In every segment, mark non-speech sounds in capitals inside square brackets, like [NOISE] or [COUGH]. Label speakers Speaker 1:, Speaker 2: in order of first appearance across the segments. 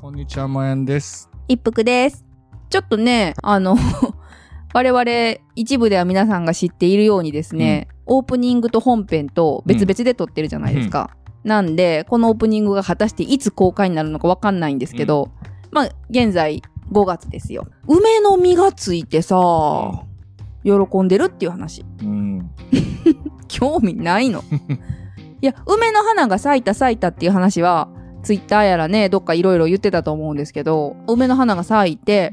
Speaker 1: こんにちは、まやんです。
Speaker 2: 一服です。ちょっとね、あの、 [LAUGHS] 我々一部では皆さんが知っているようにですね、オープニングと本編と別々で撮ってるじゃないですか。なんで、このオープニングが果たしていつ公開になるのかわかんないんですけど、まあ、現在5月ですよ。梅の実がついてさ、喜んでるっていう話。
Speaker 1: うん。
Speaker 2: 興味ない [LAUGHS] の。いや、梅の花が咲いた咲いたっていう話は、ツイッターやらね、どっかいろいろ言ってたと思うんですけど、梅の花が咲いて、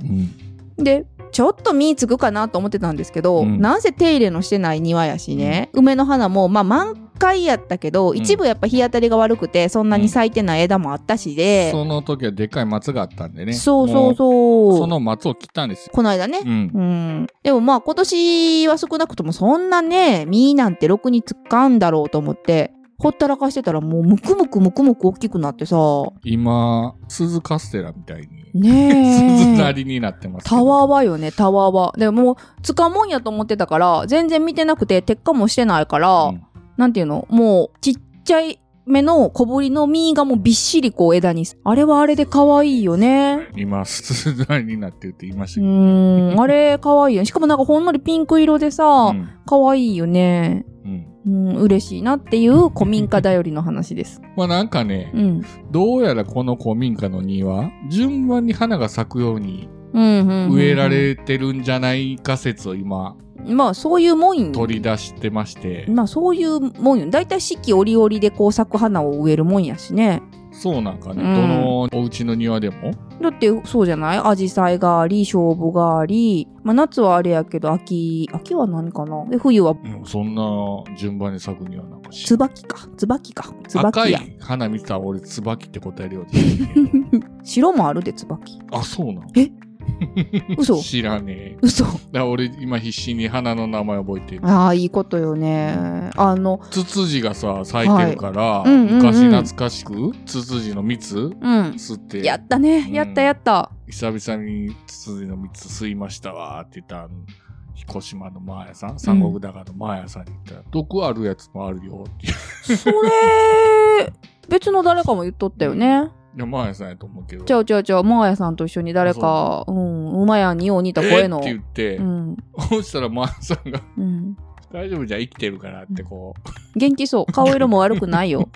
Speaker 1: うん。
Speaker 2: でちょっと実つくかなと思ってたんですけど、
Speaker 1: うん
Speaker 2: なんせ手入れのしてない庭やしね、梅の花もまあ満開やったけど、
Speaker 1: ん
Speaker 2: 一部やっぱ日当たりが悪くてそんなに咲いてない枝もあったしで、
Speaker 1: その時はでっかい松があったんでね。
Speaker 2: そうそう
Speaker 1: も
Speaker 2: そうう
Speaker 1: その松を切ったんですよ。
Speaker 2: この間ね
Speaker 1: う、ん
Speaker 2: う。んでもまあ今年は少なくともそんなね実なんてろくにつかんだろうと思ってほったらかしてたらもうムクムクムクムク大きくなってさ
Speaker 1: 今、鈴カステラみたいに、 [LAUGHS] 鈴
Speaker 2: ねえ
Speaker 1: なりになってますけど。
Speaker 2: タワーはよね、タワーは。でも、つかもんやと思ってたから、全然見てなくて、鉄火もしてないから、
Speaker 1: うん
Speaker 2: なんていうのもう、ちっちゃい目の小ぶりの実がもうびっしりこう枝に、あれはあれで可愛いよね。
Speaker 1: 今、鈴なりになってるって言いました
Speaker 2: う
Speaker 1: けど。 [LAUGHS]
Speaker 2: ーん、あれ可愛いよね。しかもなんかほんのりピンク色でさ
Speaker 1: う、ん
Speaker 2: 可愛いよね。
Speaker 1: うん。
Speaker 2: うん、嬉しいなっていう古民家だよりの話
Speaker 1: [LAUGHS]
Speaker 2: です。
Speaker 1: まあなんかね
Speaker 2: う、ん。
Speaker 1: どうやらこの古民家の庭、順番に花が咲くように
Speaker 2: うん、うんうんうん
Speaker 1: 植えられてるんじゃないか説を今、
Speaker 2: まあ、そういうもんよ
Speaker 1: 取り出してまして。
Speaker 2: まあ、そういうもんよ。だいたい四季折々でこう咲く花を植えるもんやしね。
Speaker 1: そうなんかね、
Speaker 2: うん
Speaker 1: どのお家の庭でも。
Speaker 2: だってそうじゃないアジサイがあり、勝負があり、まあ夏はあれやけど、秋、秋は何かなで冬は
Speaker 1: うん、そんな順番に咲くにはなんかし
Speaker 2: 椿か。椿か。
Speaker 1: 赤
Speaker 2: 椿や。
Speaker 1: い花見たら俺椿って答えるようでしたけど
Speaker 2: 白もあるで、椿。
Speaker 1: [LAUGHS]
Speaker 2: [LAUGHS]
Speaker 1: あそうなの
Speaker 2: 嘘
Speaker 1: 知らねえ
Speaker 2: 嘘。
Speaker 1: だから俺今必死に花の名前覚えてる
Speaker 2: ああ、いいことよね。あの、
Speaker 1: ツツジがさ咲いてるから、
Speaker 2: いうんうんうん
Speaker 1: 昔懐かしくツツジの蜜
Speaker 2: うん。
Speaker 1: 吸って
Speaker 2: やったね。やったやった。
Speaker 1: 久々にツツジの蜜吸いましたわーって言ったあの彦島のマーヤさん三国高のマーヤさんに言ったら、毒あるやつもあるよって言う
Speaker 2: それ、 [LAUGHS] 別の誰かも言っとったよね。
Speaker 1: いやマーヤさんやと思うけど
Speaker 2: ちゃうちゃうちゃう、マーヤさんと一緒に誰か、うん、馬やによう似た声の。
Speaker 1: えーって言って、
Speaker 2: うん。
Speaker 1: そしたらマーヤさんが
Speaker 2: うん。
Speaker 1: 大丈夫じゃん生きてるからってこう、
Speaker 2: 元気そう。顔色も悪くな
Speaker 1: [LAUGHS]
Speaker 2: いよ。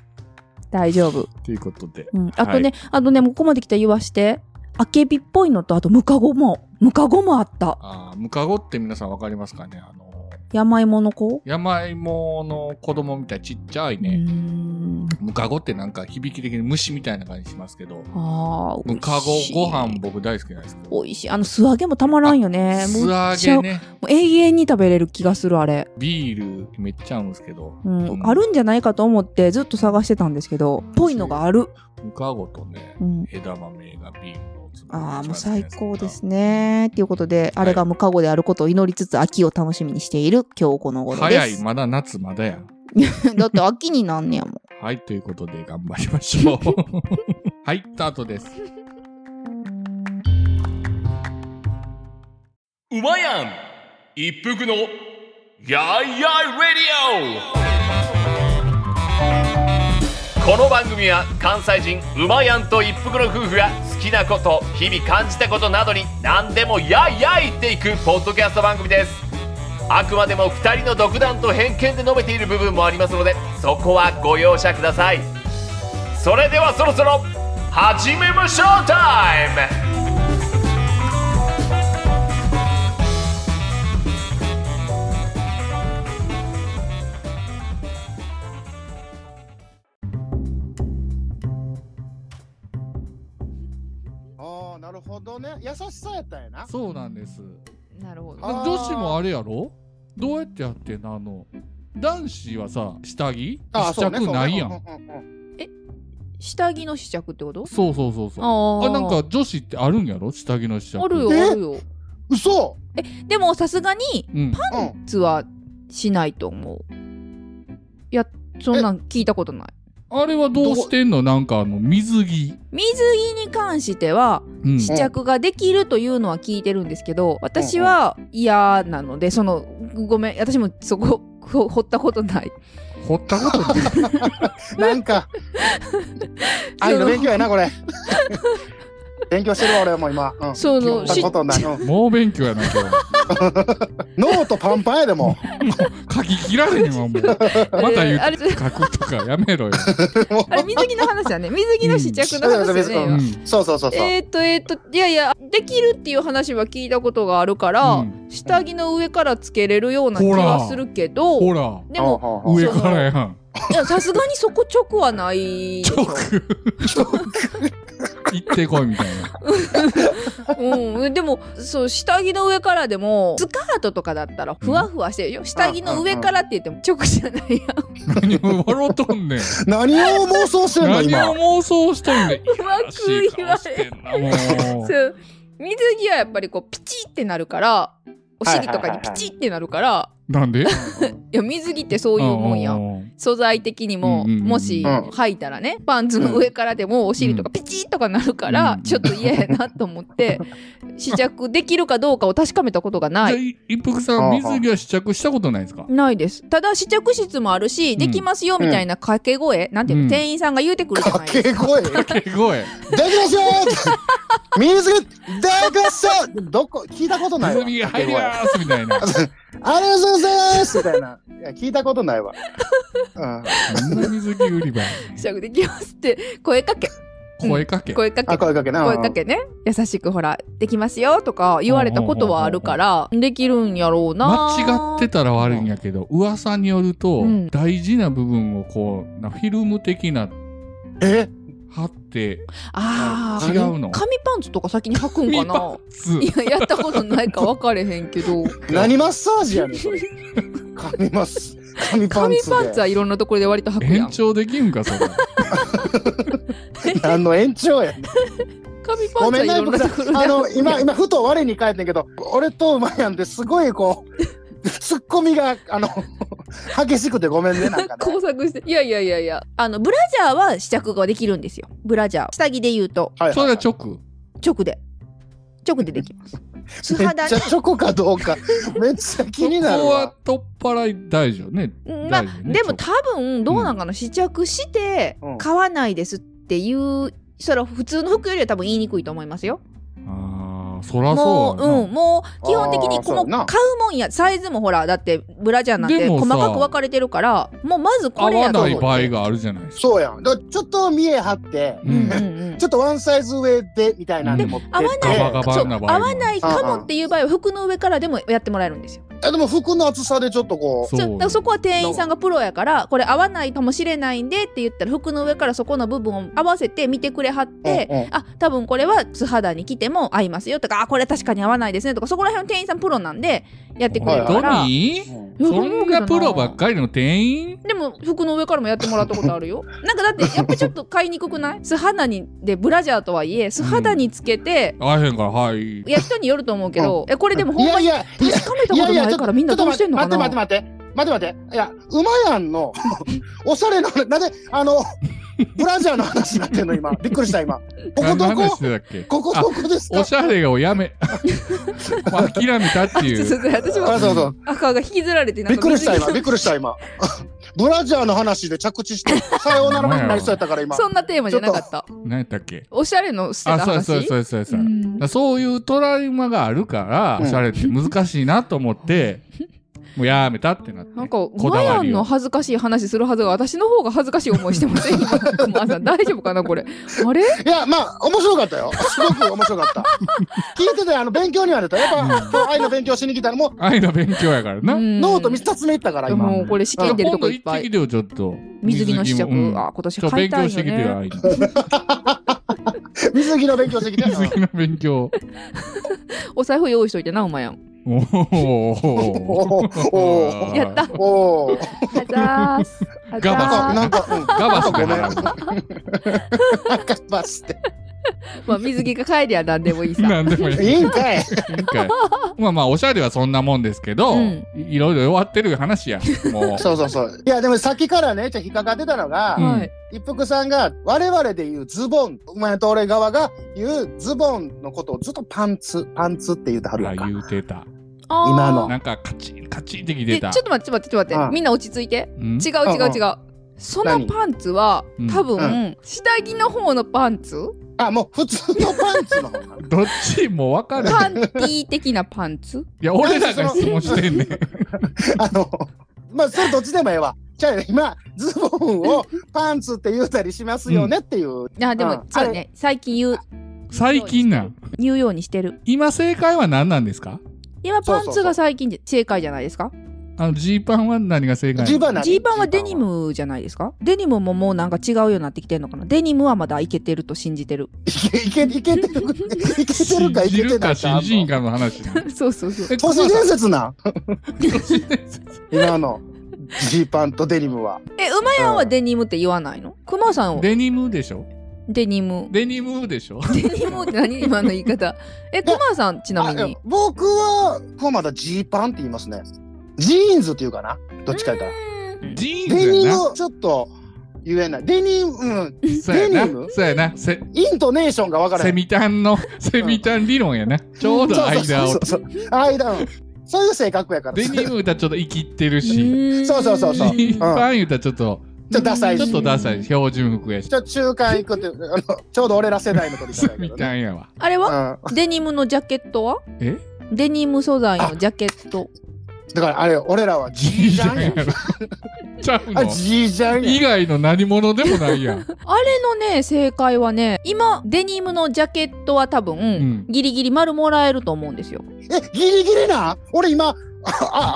Speaker 2: 大丈夫。
Speaker 1: っていうことで
Speaker 2: うん、あとね、あとね、もうここまで来た言わして、あけびっぽいのと、あとムカゴも、ムカゴもあった。
Speaker 1: あームカゴって皆さんわかりますかねあの
Speaker 2: 山芋の子。
Speaker 1: 山芋の子供みたいちっちゃいう
Speaker 2: ー
Speaker 1: ね、
Speaker 2: ん。
Speaker 1: ムカゴってなんか響き的に虫みたいな感じしますけど
Speaker 2: ああ、
Speaker 1: ムカゴご飯
Speaker 2: も。
Speaker 1: 僕大好きなんですけど
Speaker 2: 美味しい。あの、素揚げもたまらんよね。
Speaker 1: 素
Speaker 2: む
Speaker 1: 揚
Speaker 2: っちゃ
Speaker 1: げね
Speaker 2: もう永遠に食べれる気がする、あれ。
Speaker 1: ビールめっちゃ合うんですけど
Speaker 2: うん。
Speaker 1: うん
Speaker 2: あるんじゃないかと思って、ずっと探してたんですけど、ぽいのがある。
Speaker 1: ムカゴとね
Speaker 2: うん。
Speaker 1: 枝豆がビールのおつまみ
Speaker 2: ああ、も
Speaker 1: 一番
Speaker 2: う
Speaker 1: 好き
Speaker 2: 最
Speaker 1: なん
Speaker 2: 高で
Speaker 1: け
Speaker 2: すね。っていうことで、あれがムカゴであることを祈りつつ、秋を楽しみにしている今日この
Speaker 1: ど
Speaker 2: 頃で
Speaker 1: 早い
Speaker 2: す。
Speaker 1: まだ夏まだや
Speaker 2: [LAUGHS] だって秋になんねやもん。
Speaker 1: はいということで頑張りまし
Speaker 2: [LAUGHS]
Speaker 1: ょうはいスタートです
Speaker 3: うまやん一服のやいやいレディオこの番組は関西人うまやんと一服の夫婦が好きなこと日々感じたことなどに何でもやいやい言っていくポッドキャスト番組ですあくまでも2人の独断と偏見で述べている部分もありますのでそこはご容赦くださいそれではそろそろ始めましょうタイム
Speaker 4: ああ、なるほどね。優しさやったんやな。
Speaker 1: そうなんです
Speaker 2: なるほど。
Speaker 4: あー
Speaker 1: 女子もあれやろどうやってやってんのあの男子はさ下着
Speaker 4: あー
Speaker 1: 試着ないやん。
Speaker 4: そうねそうねうんうんうん
Speaker 2: 下着の試着ってこと
Speaker 1: そうそうそうそう
Speaker 2: あ
Speaker 1: あ
Speaker 2: ー
Speaker 1: なんか女子ってあるんやろ下着の試着
Speaker 2: あるよ
Speaker 4: え
Speaker 2: あるよ
Speaker 4: 嘘
Speaker 2: でもさすがに
Speaker 1: うん
Speaker 4: うん。
Speaker 2: ツはしないと思ういやそんなん聞いたことない
Speaker 1: あれはどうしてんのなんかあの水着、
Speaker 2: 水着に関しては
Speaker 1: うん、
Speaker 2: 試着ができるというのは聞いてるんですけど私は嫌なのでそのごめん私もそこほ掘ったことない
Speaker 1: 掘ったことない
Speaker 4: なんか、愛の勉強やな、これ。 [LAUGHS] 勉強してるわ俺はもう今。うん。
Speaker 2: そうそう
Speaker 4: 聞いたことない。うん
Speaker 1: もう勉強やな、今日。 [LAUGHS]
Speaker 4: ノートパンパンやでも。
Speaker 1: 書き切られへんわ、もう。また言
Speaker 2: あ
Speaker 1: う [LAUGHS]
Speaker 2: れ
Speaker 1: 書くとかやめ
Speaker 4: [LAUGHS]
Speaker 1: ろよ。
Speaker 2: あれ [LAUGHS] 水着の話だね水着の試着の話だね、
Speaker 1: う
Speaker 4: うんん。そうそうそうそう。
Speaker 2: えーっとえーっといやいやできるっていう話は聞いたことがあるから、
Speaker 1: うん
Speaker 2: 下着の上からつけれるような気はするけど
Speaker 1: ほら、
Speaker 2: でも
Speaker 4: ほうほうほう
Speaker 1: 上からやん。
Speaker 2: いやさすがにそこ直はない
Speaker 1: 直行ってこいみたいな。
Speaker 4: [LAUGHS]
Speaker 2: うん、でもそう下着の上からでもスカートとかだったらふわふわしてるよ下着の上からって言っても直じゃないやん
Speaker 1: 何を笑うとんねん。
Speaker 4: 何を妄想してんの
Speaker 1: 何
Speaker 4: 今
Speaker 1: を。妄想しとんねん。
Speaker 2: [LAUGHS] うまく言わ
Speaker 1: い
Speaker 2: れ
Speaker 1: やらしい顔してんなもう
Speaker 2: そう水着はやっぱりこうピチってなるからお尻とかにピチってなるから、
Speaker 1: なんで
Speaker 2: いや水着ってそういうもんやん素材的にも、
Speaker 1: うんうんうん
Speaker 2: もし
Speaker 4: うん
Speaker 2: 履いたらねパンツの上からでもお尻とかピチッとかなるから、
Speaker 1: うん
Speaker 2: ちょっと嫌やなと
Speaker 1: [LAUGHS]
Speaker 2: 思って試着できるかどうかを確かめたことがな
Speaker 1: じゃあ
Speaker 2: い。
Speaker 1: い一服さん、水着は試着したことないですか
Speaker 2: ないですただ試着室もあるし、
Speaker 1: ん
Speaker 2: できますよみたいな掛け声、なんていうの、
Speaker 1: うん
Speaker 2: 店員さんが言うてくるじゃな
Speaker 4: 掛
Speaker 2: いです
Speaker 4: け
Speaker 2: か
Speaker 4: 声。でき
Speaker 1: 掛け声。
Speaker 4: ますよ。水着でかさ。どこ聞いたことないわ。
Speaker 1: 水着が入りま
Speaker 4: [LAUGHS]
Speaker 1: ーすみたい
Speaker 2: [LAUGHS]
Speaker 1: な。
Speaker 4: ありがとうございますみたいな。いや聞いたことないわ。うん。
Speaker 1: そんな水着売り場やねん
Speaker 2: 試着できますって声かけ
Speaker 1: 声かけ。
Speaker 2: 声かけ
Speaker 4: あ声かけな。
Speaker 2: 声かけね優しくほらできますよとか言われたことはあるからできるんやろうな
Speaker 1: 間違ってたら悪いんやけど、噂によると、
Speaker 2: うん
Speaker 1: 大事な部分をこう、なフィルム的な
Speaker 4: え
Speaker 1: 貼って、
Speaker 2: ああ
Speaker 1: 違うの
Speaker 2: 紙パンツとか先に履くんかな
Speaker 1: つ
Speaker 2: [LAUGHS] いややったことないか分かれへんけど
Speaker 4: 何マッサージや
Speaker 2: [LAUGHS]
Speaker 4: ねんそれ。紙マッス。紙パン
Speaker 2: 紙
Speaker 4: ツ
Speaker 2: パンツ
Speaker 4: で。
Speaker 2: はいろんなところで割と履くや
Speaker 1: 延
Speaker 2: ん
Speaker 1: 長できんか、そ
Speaker 2: [LAUGHS]
Speaker 1: れ。
Speaker 4: 何の延長やねん。
Speaker 2: 紙パ
Speaker 4: ご
Speaker 2: ンツは
Speaker 4: めん
Speaker 2: い
Speaker 4: な
Speaker 2: ろんなところで
Speaker 4: あの今今ふと我に返ってんけど、俺と馬やんってすごいこ
Speaker 2: [LAUGHS]
Speaker 4: うツッコミがあの激しくてごめんねなんかね。
Speaker 2: 工作していやいやいやいやあのブラジャーは試着ができるんですよブラジャー下着で言うと
Speaker 4: はいはい
Speaker 1: それは直。
Speaker 2: 直で直でできます素肌
Speaker 4: めっち
Speaker 2: に
Speaker 4: ゃチョコかどうかめっちゃ気になる
Speaker 1: ここは
Speaker 4: わ。
Speaker 1: 取っ払い大丈夫ね。
Speaker 2: うんまあ
Speaker 1: 大丈夫ね
Speaker 2: で
Speaker 1: ちょ
Speaker 2: も
Speaker 1: っと
Speaker 2: 多分どうなんかな試着して
Speaker 4: うん
Speaker 2: 買わないですっていうそれは普通の服よりは多分言いにくいと思いますよ
Speaker 1: ああ、そらそ
Speaker 2: も
Speaker 1: ううやな。
Speaker 2: うんもう基本的に
Speaker 4: あーそ
Speaker 2: こ
Speaker 4: うや
Speaker 2: う
Speaker 4: な
Speaker 2: 買うもんやサイズもほらだってブラジャーなんて
Speaker 1: でも
Speaker 2: 細
Speaker 1: さ
Speaker 2: かく分かれてるからもうまずこれや
Speaker 1: 合
Speaker 2: と
Speaker 1: わない
Speaker 2: 思っ
Speaker 1: 場合
Speaker 2: て。
Speaker 1: があるじゃないですか。
Speaker 4: そうやん。だからちょっと見え張って、
Speaker 2: うんうんうん
Speaker 4: ちょっとワンサイズ上でみたいなんで
Speaker 1: うん
Speaker 4: 持ってって。
Speaker 2: 合わない
Speaker 1: ガバガ
Speaker 2: そ
Speaker 1: バ
Speaker 2: う
Speaker 1: な
Speaker 2: 合
Speaker 1: 場合も
Speaker 2: わないかもっていう場合は服の上からでもやってもらえるんですよ。
Speaker 4: あでも服の厚さでちょっとこ
Speaker 1: そ
Speaker 2: そうだからそこは店員さんがプロやからこれ合わないかもしれないんでって言ったら服の上からそこの部分を合わせて見てくれはって、
Speaker 4: うんうん
Speaker 2: あ多分これは素肌に着ても合いますよとかあこれ確かに合わないですねとかそこら辺は店員さんプロなんでやってくれるか
Speaker 1: ド
Speaker 2: ら。
Speaker 1: ミ
Speaker 4: う。うん
Speaker 2: いや
Speaker 1: そんなプロばっかりの店員
Speaker 2: でも服の上からもやってもらったことある
Speaker 4: [LAUGHS]
Speaker 2: よなんかだってやっぱちょっと買いにくくない [LAUGHS] 素肌にでブラジャーとはいえ素肌につけて、
Speaker 1: あへんから、はい。
Speaker 2: いや人によると思うけど、えこれでもほ
Speaker 4: い
Speaker 2: んま
Speaker 4: やい
Speaker 2: に
Speaker 4: やいや
Speaker 2: 確かめたことないからみんなどうしてんのかな
Speaker 4: ちょっと待って待って待って待って待っていや馬やん
Speaker 2: [LAUGHS]
Speaker 4: のおしゃれななんであのブラジャーの話になってんの
Speaker 2: [LAUGHS]
Speaker 4: 今びっくりした今ここ
Speaker 1: 何
Speaker 4: ど
Speaker 1: の話し
Speaker 4: こ
Speaker 1: てたっけ
Speaker 4: ここ
Speaker 1: あ
Speaker 4: どこですか
Speaker 1: おしゃれをやめ。 [LAUGHS] もう諦めたって
Speaker 2: [LAUGHS] あちょっと
Speaker 1: い。
Speaker 2: すいうません私も
Speaker 4: あそうそう
Speaker 2: 赤が引きずられてなん
Speaker 4: びっ
Speaker 2: か
Speaker 4: くりした
Speaker 2: 水着
Speaker 4: 今びっくりした今 [LAUGHS] ブラジャーの話で着地してさよう
Speaker 2: [LAUGHS]
Speaker 4: ならになりそうやったから今
Speaker 2: そんなテーマじゃなかった
Speaker 1: 何やったっけ
Speaker 2: おしゃれのして
Speaker 1: あ、
Speaker 2: た
Speaker 1: そうや
Speaker 2: 話
Speaker 1: そうやそうやそうやそう
Speaker 2: う
Speaker 1: や。
Speaker 2: ん
Speaker 1: そういうトラウマがあるから、
Speaker 4: うん
Speaker 1: おしゃれって難しいなと思って、もうやめたってなって。
Speaker 2: なんか
Speaker 1: だ
Speaker 2: マ
Speaker 1: わ
Speaker 2: ヤ
Speaker 1: り
Speaker 2: ン
Speaker 1: を
Speaker 2: の恥ずかしい話するはずが私の方が恥ずかしい思いしてません今 [LAUGHS] クマさん大丈夫かなこれあれ
Speaker 4: いやまあ面白かったよすごく面白
Speaker 2: [LAUGHS]
Speaker 4: かった聞いててあの勉強にはなったやっぱ、今日愛の勉強しに来たらもう
Speaker 1: 愛の勉強やからな。
Speaker 2: ノ
Speaker 4: ノート2つ目いったから今
Speaker 2: もうこれ試験出るとこいっぱ
Speaker 1: 今度行ってき
Speaker 2: い
Speaker 1: てよ、ちょっと。
Speaker 2: 水着の試着、
Speaker 1: もうん
Speaker 2: あ今年
Speaker 1: ちょっと
Speaker 2: 買い
Speaker 1: 勉
Speaker 2: た
Speaker 1: 強
Speaker 2: い
Speaker 1: して
Speaker 2: よ
Speaker 1: きて
Speaker 2: ね
Speaker 1: よ、愛の。
Speaker 4: 水着の勉強してき
Speaker 2: [LAUGHS]
Speaker 1: [LAUGHS]
Speaker 4: て
Speaker 1: 水着の勉強。
Speaker 2: お財布用意しといてなお前やん
Speaker 1: おお。
Speaker 4: おーおー
Speaker 2: やった
Speaker 4: おお
Speaker 2: あざーすあ
Speaker 1: ガバさ
Speaker 2: ざー
Speaker 4: なんか、うん、
Speaker 1: ガバスが
Speaker 4: な
Speaker 1: なんん
Speaker 4: かガバスって。
Speaker 2: すまあ水着が買えりゃ何でもいいさ
Speaker 1: 何でもいい
Speaker 4: いいんか
Speaker 1: い
Speaker 4: い。
Speaker 1: いんかいまあまあおしゃれはそんなもんですけど、
Speaker 2: うん
Speaker 1: いいろいろ終わってる話やもう
Speaker 4: [LAUGHS] そうそうそう。いや、でもさっきからね、ちょっと引っかかってたのが、
Speaker 1: うん
Speaker 2: はい
Speaker 4: 一服さんが、我々で言うズボン、お前と俺側が言うズボンのことをずっとパンツ、パンツって言うてはるや
Speaker 1: あ
Speaker 4: んか。
Speaker 1: 言うてた
Speaker 2: あー
Speaker 4: 今の
Speaker 1: なんかカチンカチンってきて
Speaker 2: でちょ
Speaker 1: た
Speaker 2: っと待ってちょっと待ってちょっと待
Speaker 4: あ
Speaker 2: っ
Speaker 4: あ
Speaker 2: てみんな落ち着いて
Speaker 1: うん
Speaker 2: 違う違う違うそのパンツは
Speaker 1: 何
Speaker 2: 多分、
Speaker 4: う
Speaker 2: 下着の方のパンツ
Speaker 4: あ、もう普通のパンツの方 [LAUGHS] なの
Speaker 1: どっちも分かる。
Speaker 2: パンティー的なパンツ
Speaker 1: いや、俺らが質問してんねん。
Speaker 4: あの、まあ、それどっちでもええわ。じゃあ今、ズボンをパンツって言うたりしますよねっていう。
Speaker 2: あで
Speaker 4: う
Speaker 2: も
Speaker 4: ん
Speaker 2: そうね最近言う
Speaker 1: 最近なん。
Speaker 2: 言うようにしてる
Speaker 1: 今正解は何なんですか
Speaker 2: 今
Speaker 4: そうそ
Speaker 2: パ
Speaker 4: うそう
Speaker 2: ンツが最近じゃ正解じゃないですか
Speaker 1: あの、ジーパンは何が正解な
Speaker 4: ジー
Speaker 1: の
Speaker 4: パンなの
Speaker 2: ジーパンはデニ。ムじゃないですかデニムももうなんか違うようになってきてんのかなデニムはまだいけてると信じてる
Speaker 4: ジーパンはいけ、いけ、いけてる、いけてるか
Speaker 1: 信
Speaker 4: いけ
Speaker 1: じ
Speaker 4: て
Speaker 1: る
Speaker 4: な
Speaker 1: か
Speaker 4: いかあ
Speaker 1: 信
Speaker 4: ん
Speaker 1: じん
Speaker 4: の。
Speaker 1: かの話。
Speaker 2: [LAUGHS] そうそうそう
Speaker 1: え
Speaker 4: 都市伝
Speaker 1: [LAUGHS]
Speaker 4: 説なん。
Speaker 1: 熊さん都市伝説
Speaker 4: 今の、ジーパンとデニムは。
Speaker 2: え馬やんはデニムって言わないのクマさんは
Speaker 1: デニムでしょ
Speaker 2: デニ [LAUGHS] ム
Speaker 1: デニムでしょ
Speaker 2: デニムって何今の言い方えクマさんちなみ
Speaker 4: あ
Speaker 2: に
Speaker 4: 僕は、こうまだジーパンって言いますね。ジーンズっていうかなどっちか言ったら。
Speaker 2: うん
Speaker 1: ジーン
Speaker 4: デニ
Speaker 1: ズや
Speaker 4: ム、ちょっと言えない。デニム、うん、
Speaker 1: な。そうや
Speaker 4: デニ
Speaker 1: な。
Speaker 4: ム
Speaker 1: そうやな。せ
Speaker 4: イントネーションが分からな
Speaker 1: セ
Speaker 4: い。
Speaker 1: ミタンの、セミタン理論やな。ちょうど間
Speaker 4: そ
Speaker 1: を
Speaker 4: う。そうそうそう間を。そういう性格やから。
Speaker 1: デニムだちょっと生きってるし、
Speaker 4: そうそうそう
Speaker 1: ジ
Speaker 4: そう
Speaker 1: ーパン言うたらちょっと、
Speaker 4: ちょっとダサい
Speaker 1: ち
Speaker 4: し
Speaker 1: ょっとダサい。標準服やし
Speaker 4: ち。ょ中間行くっていう、あの、ちょうど俺ら世代の時
Speaker 1: セ
Speaker 4: だ
Speaker 1: [LAUGHS]
Speaker 4: け
Speaker 1: ミ
Speaker 4: ど
Speaker 1: タ
Speaker 4: ね。
Speaker 1: ンやわ。
Speaker 2: あれ
Speaker 4: うん。
Speaker 2: は
Speaker 4: だ
Speaker 2: デニムのジャケットは
Speaker 1: え
Speaker 2: デニム素材のジャケット
Speaker 4: からあれよ、俺らは
Speaker 1: ジ
Speaker 4: ジ
Speaker 1: ー
Speaker 4: ー
Speaker 1: ジ
Speaker 4: ジャ
Speaker 1: ャ
Speaker 4: ンや
Speaker 1: ンや
Speaker 4: [LAUGHS]
Speaker 1: ろ。ちゃう
Speaker 4: あ、
Speaker 1: の
Speaker 4: ジージャン
Speaker 1: 以
Speaker 4: や。
Speaker 1: 外の何者でもないやん。
Speaker 2: あれのね正解はね今デニムのジャケットは多分、
Speaker 1: ん
Speaker 2: ギリギリ丸もらえると思うんですよ
Speaker 4: え、ギリギリなん俺今、あ、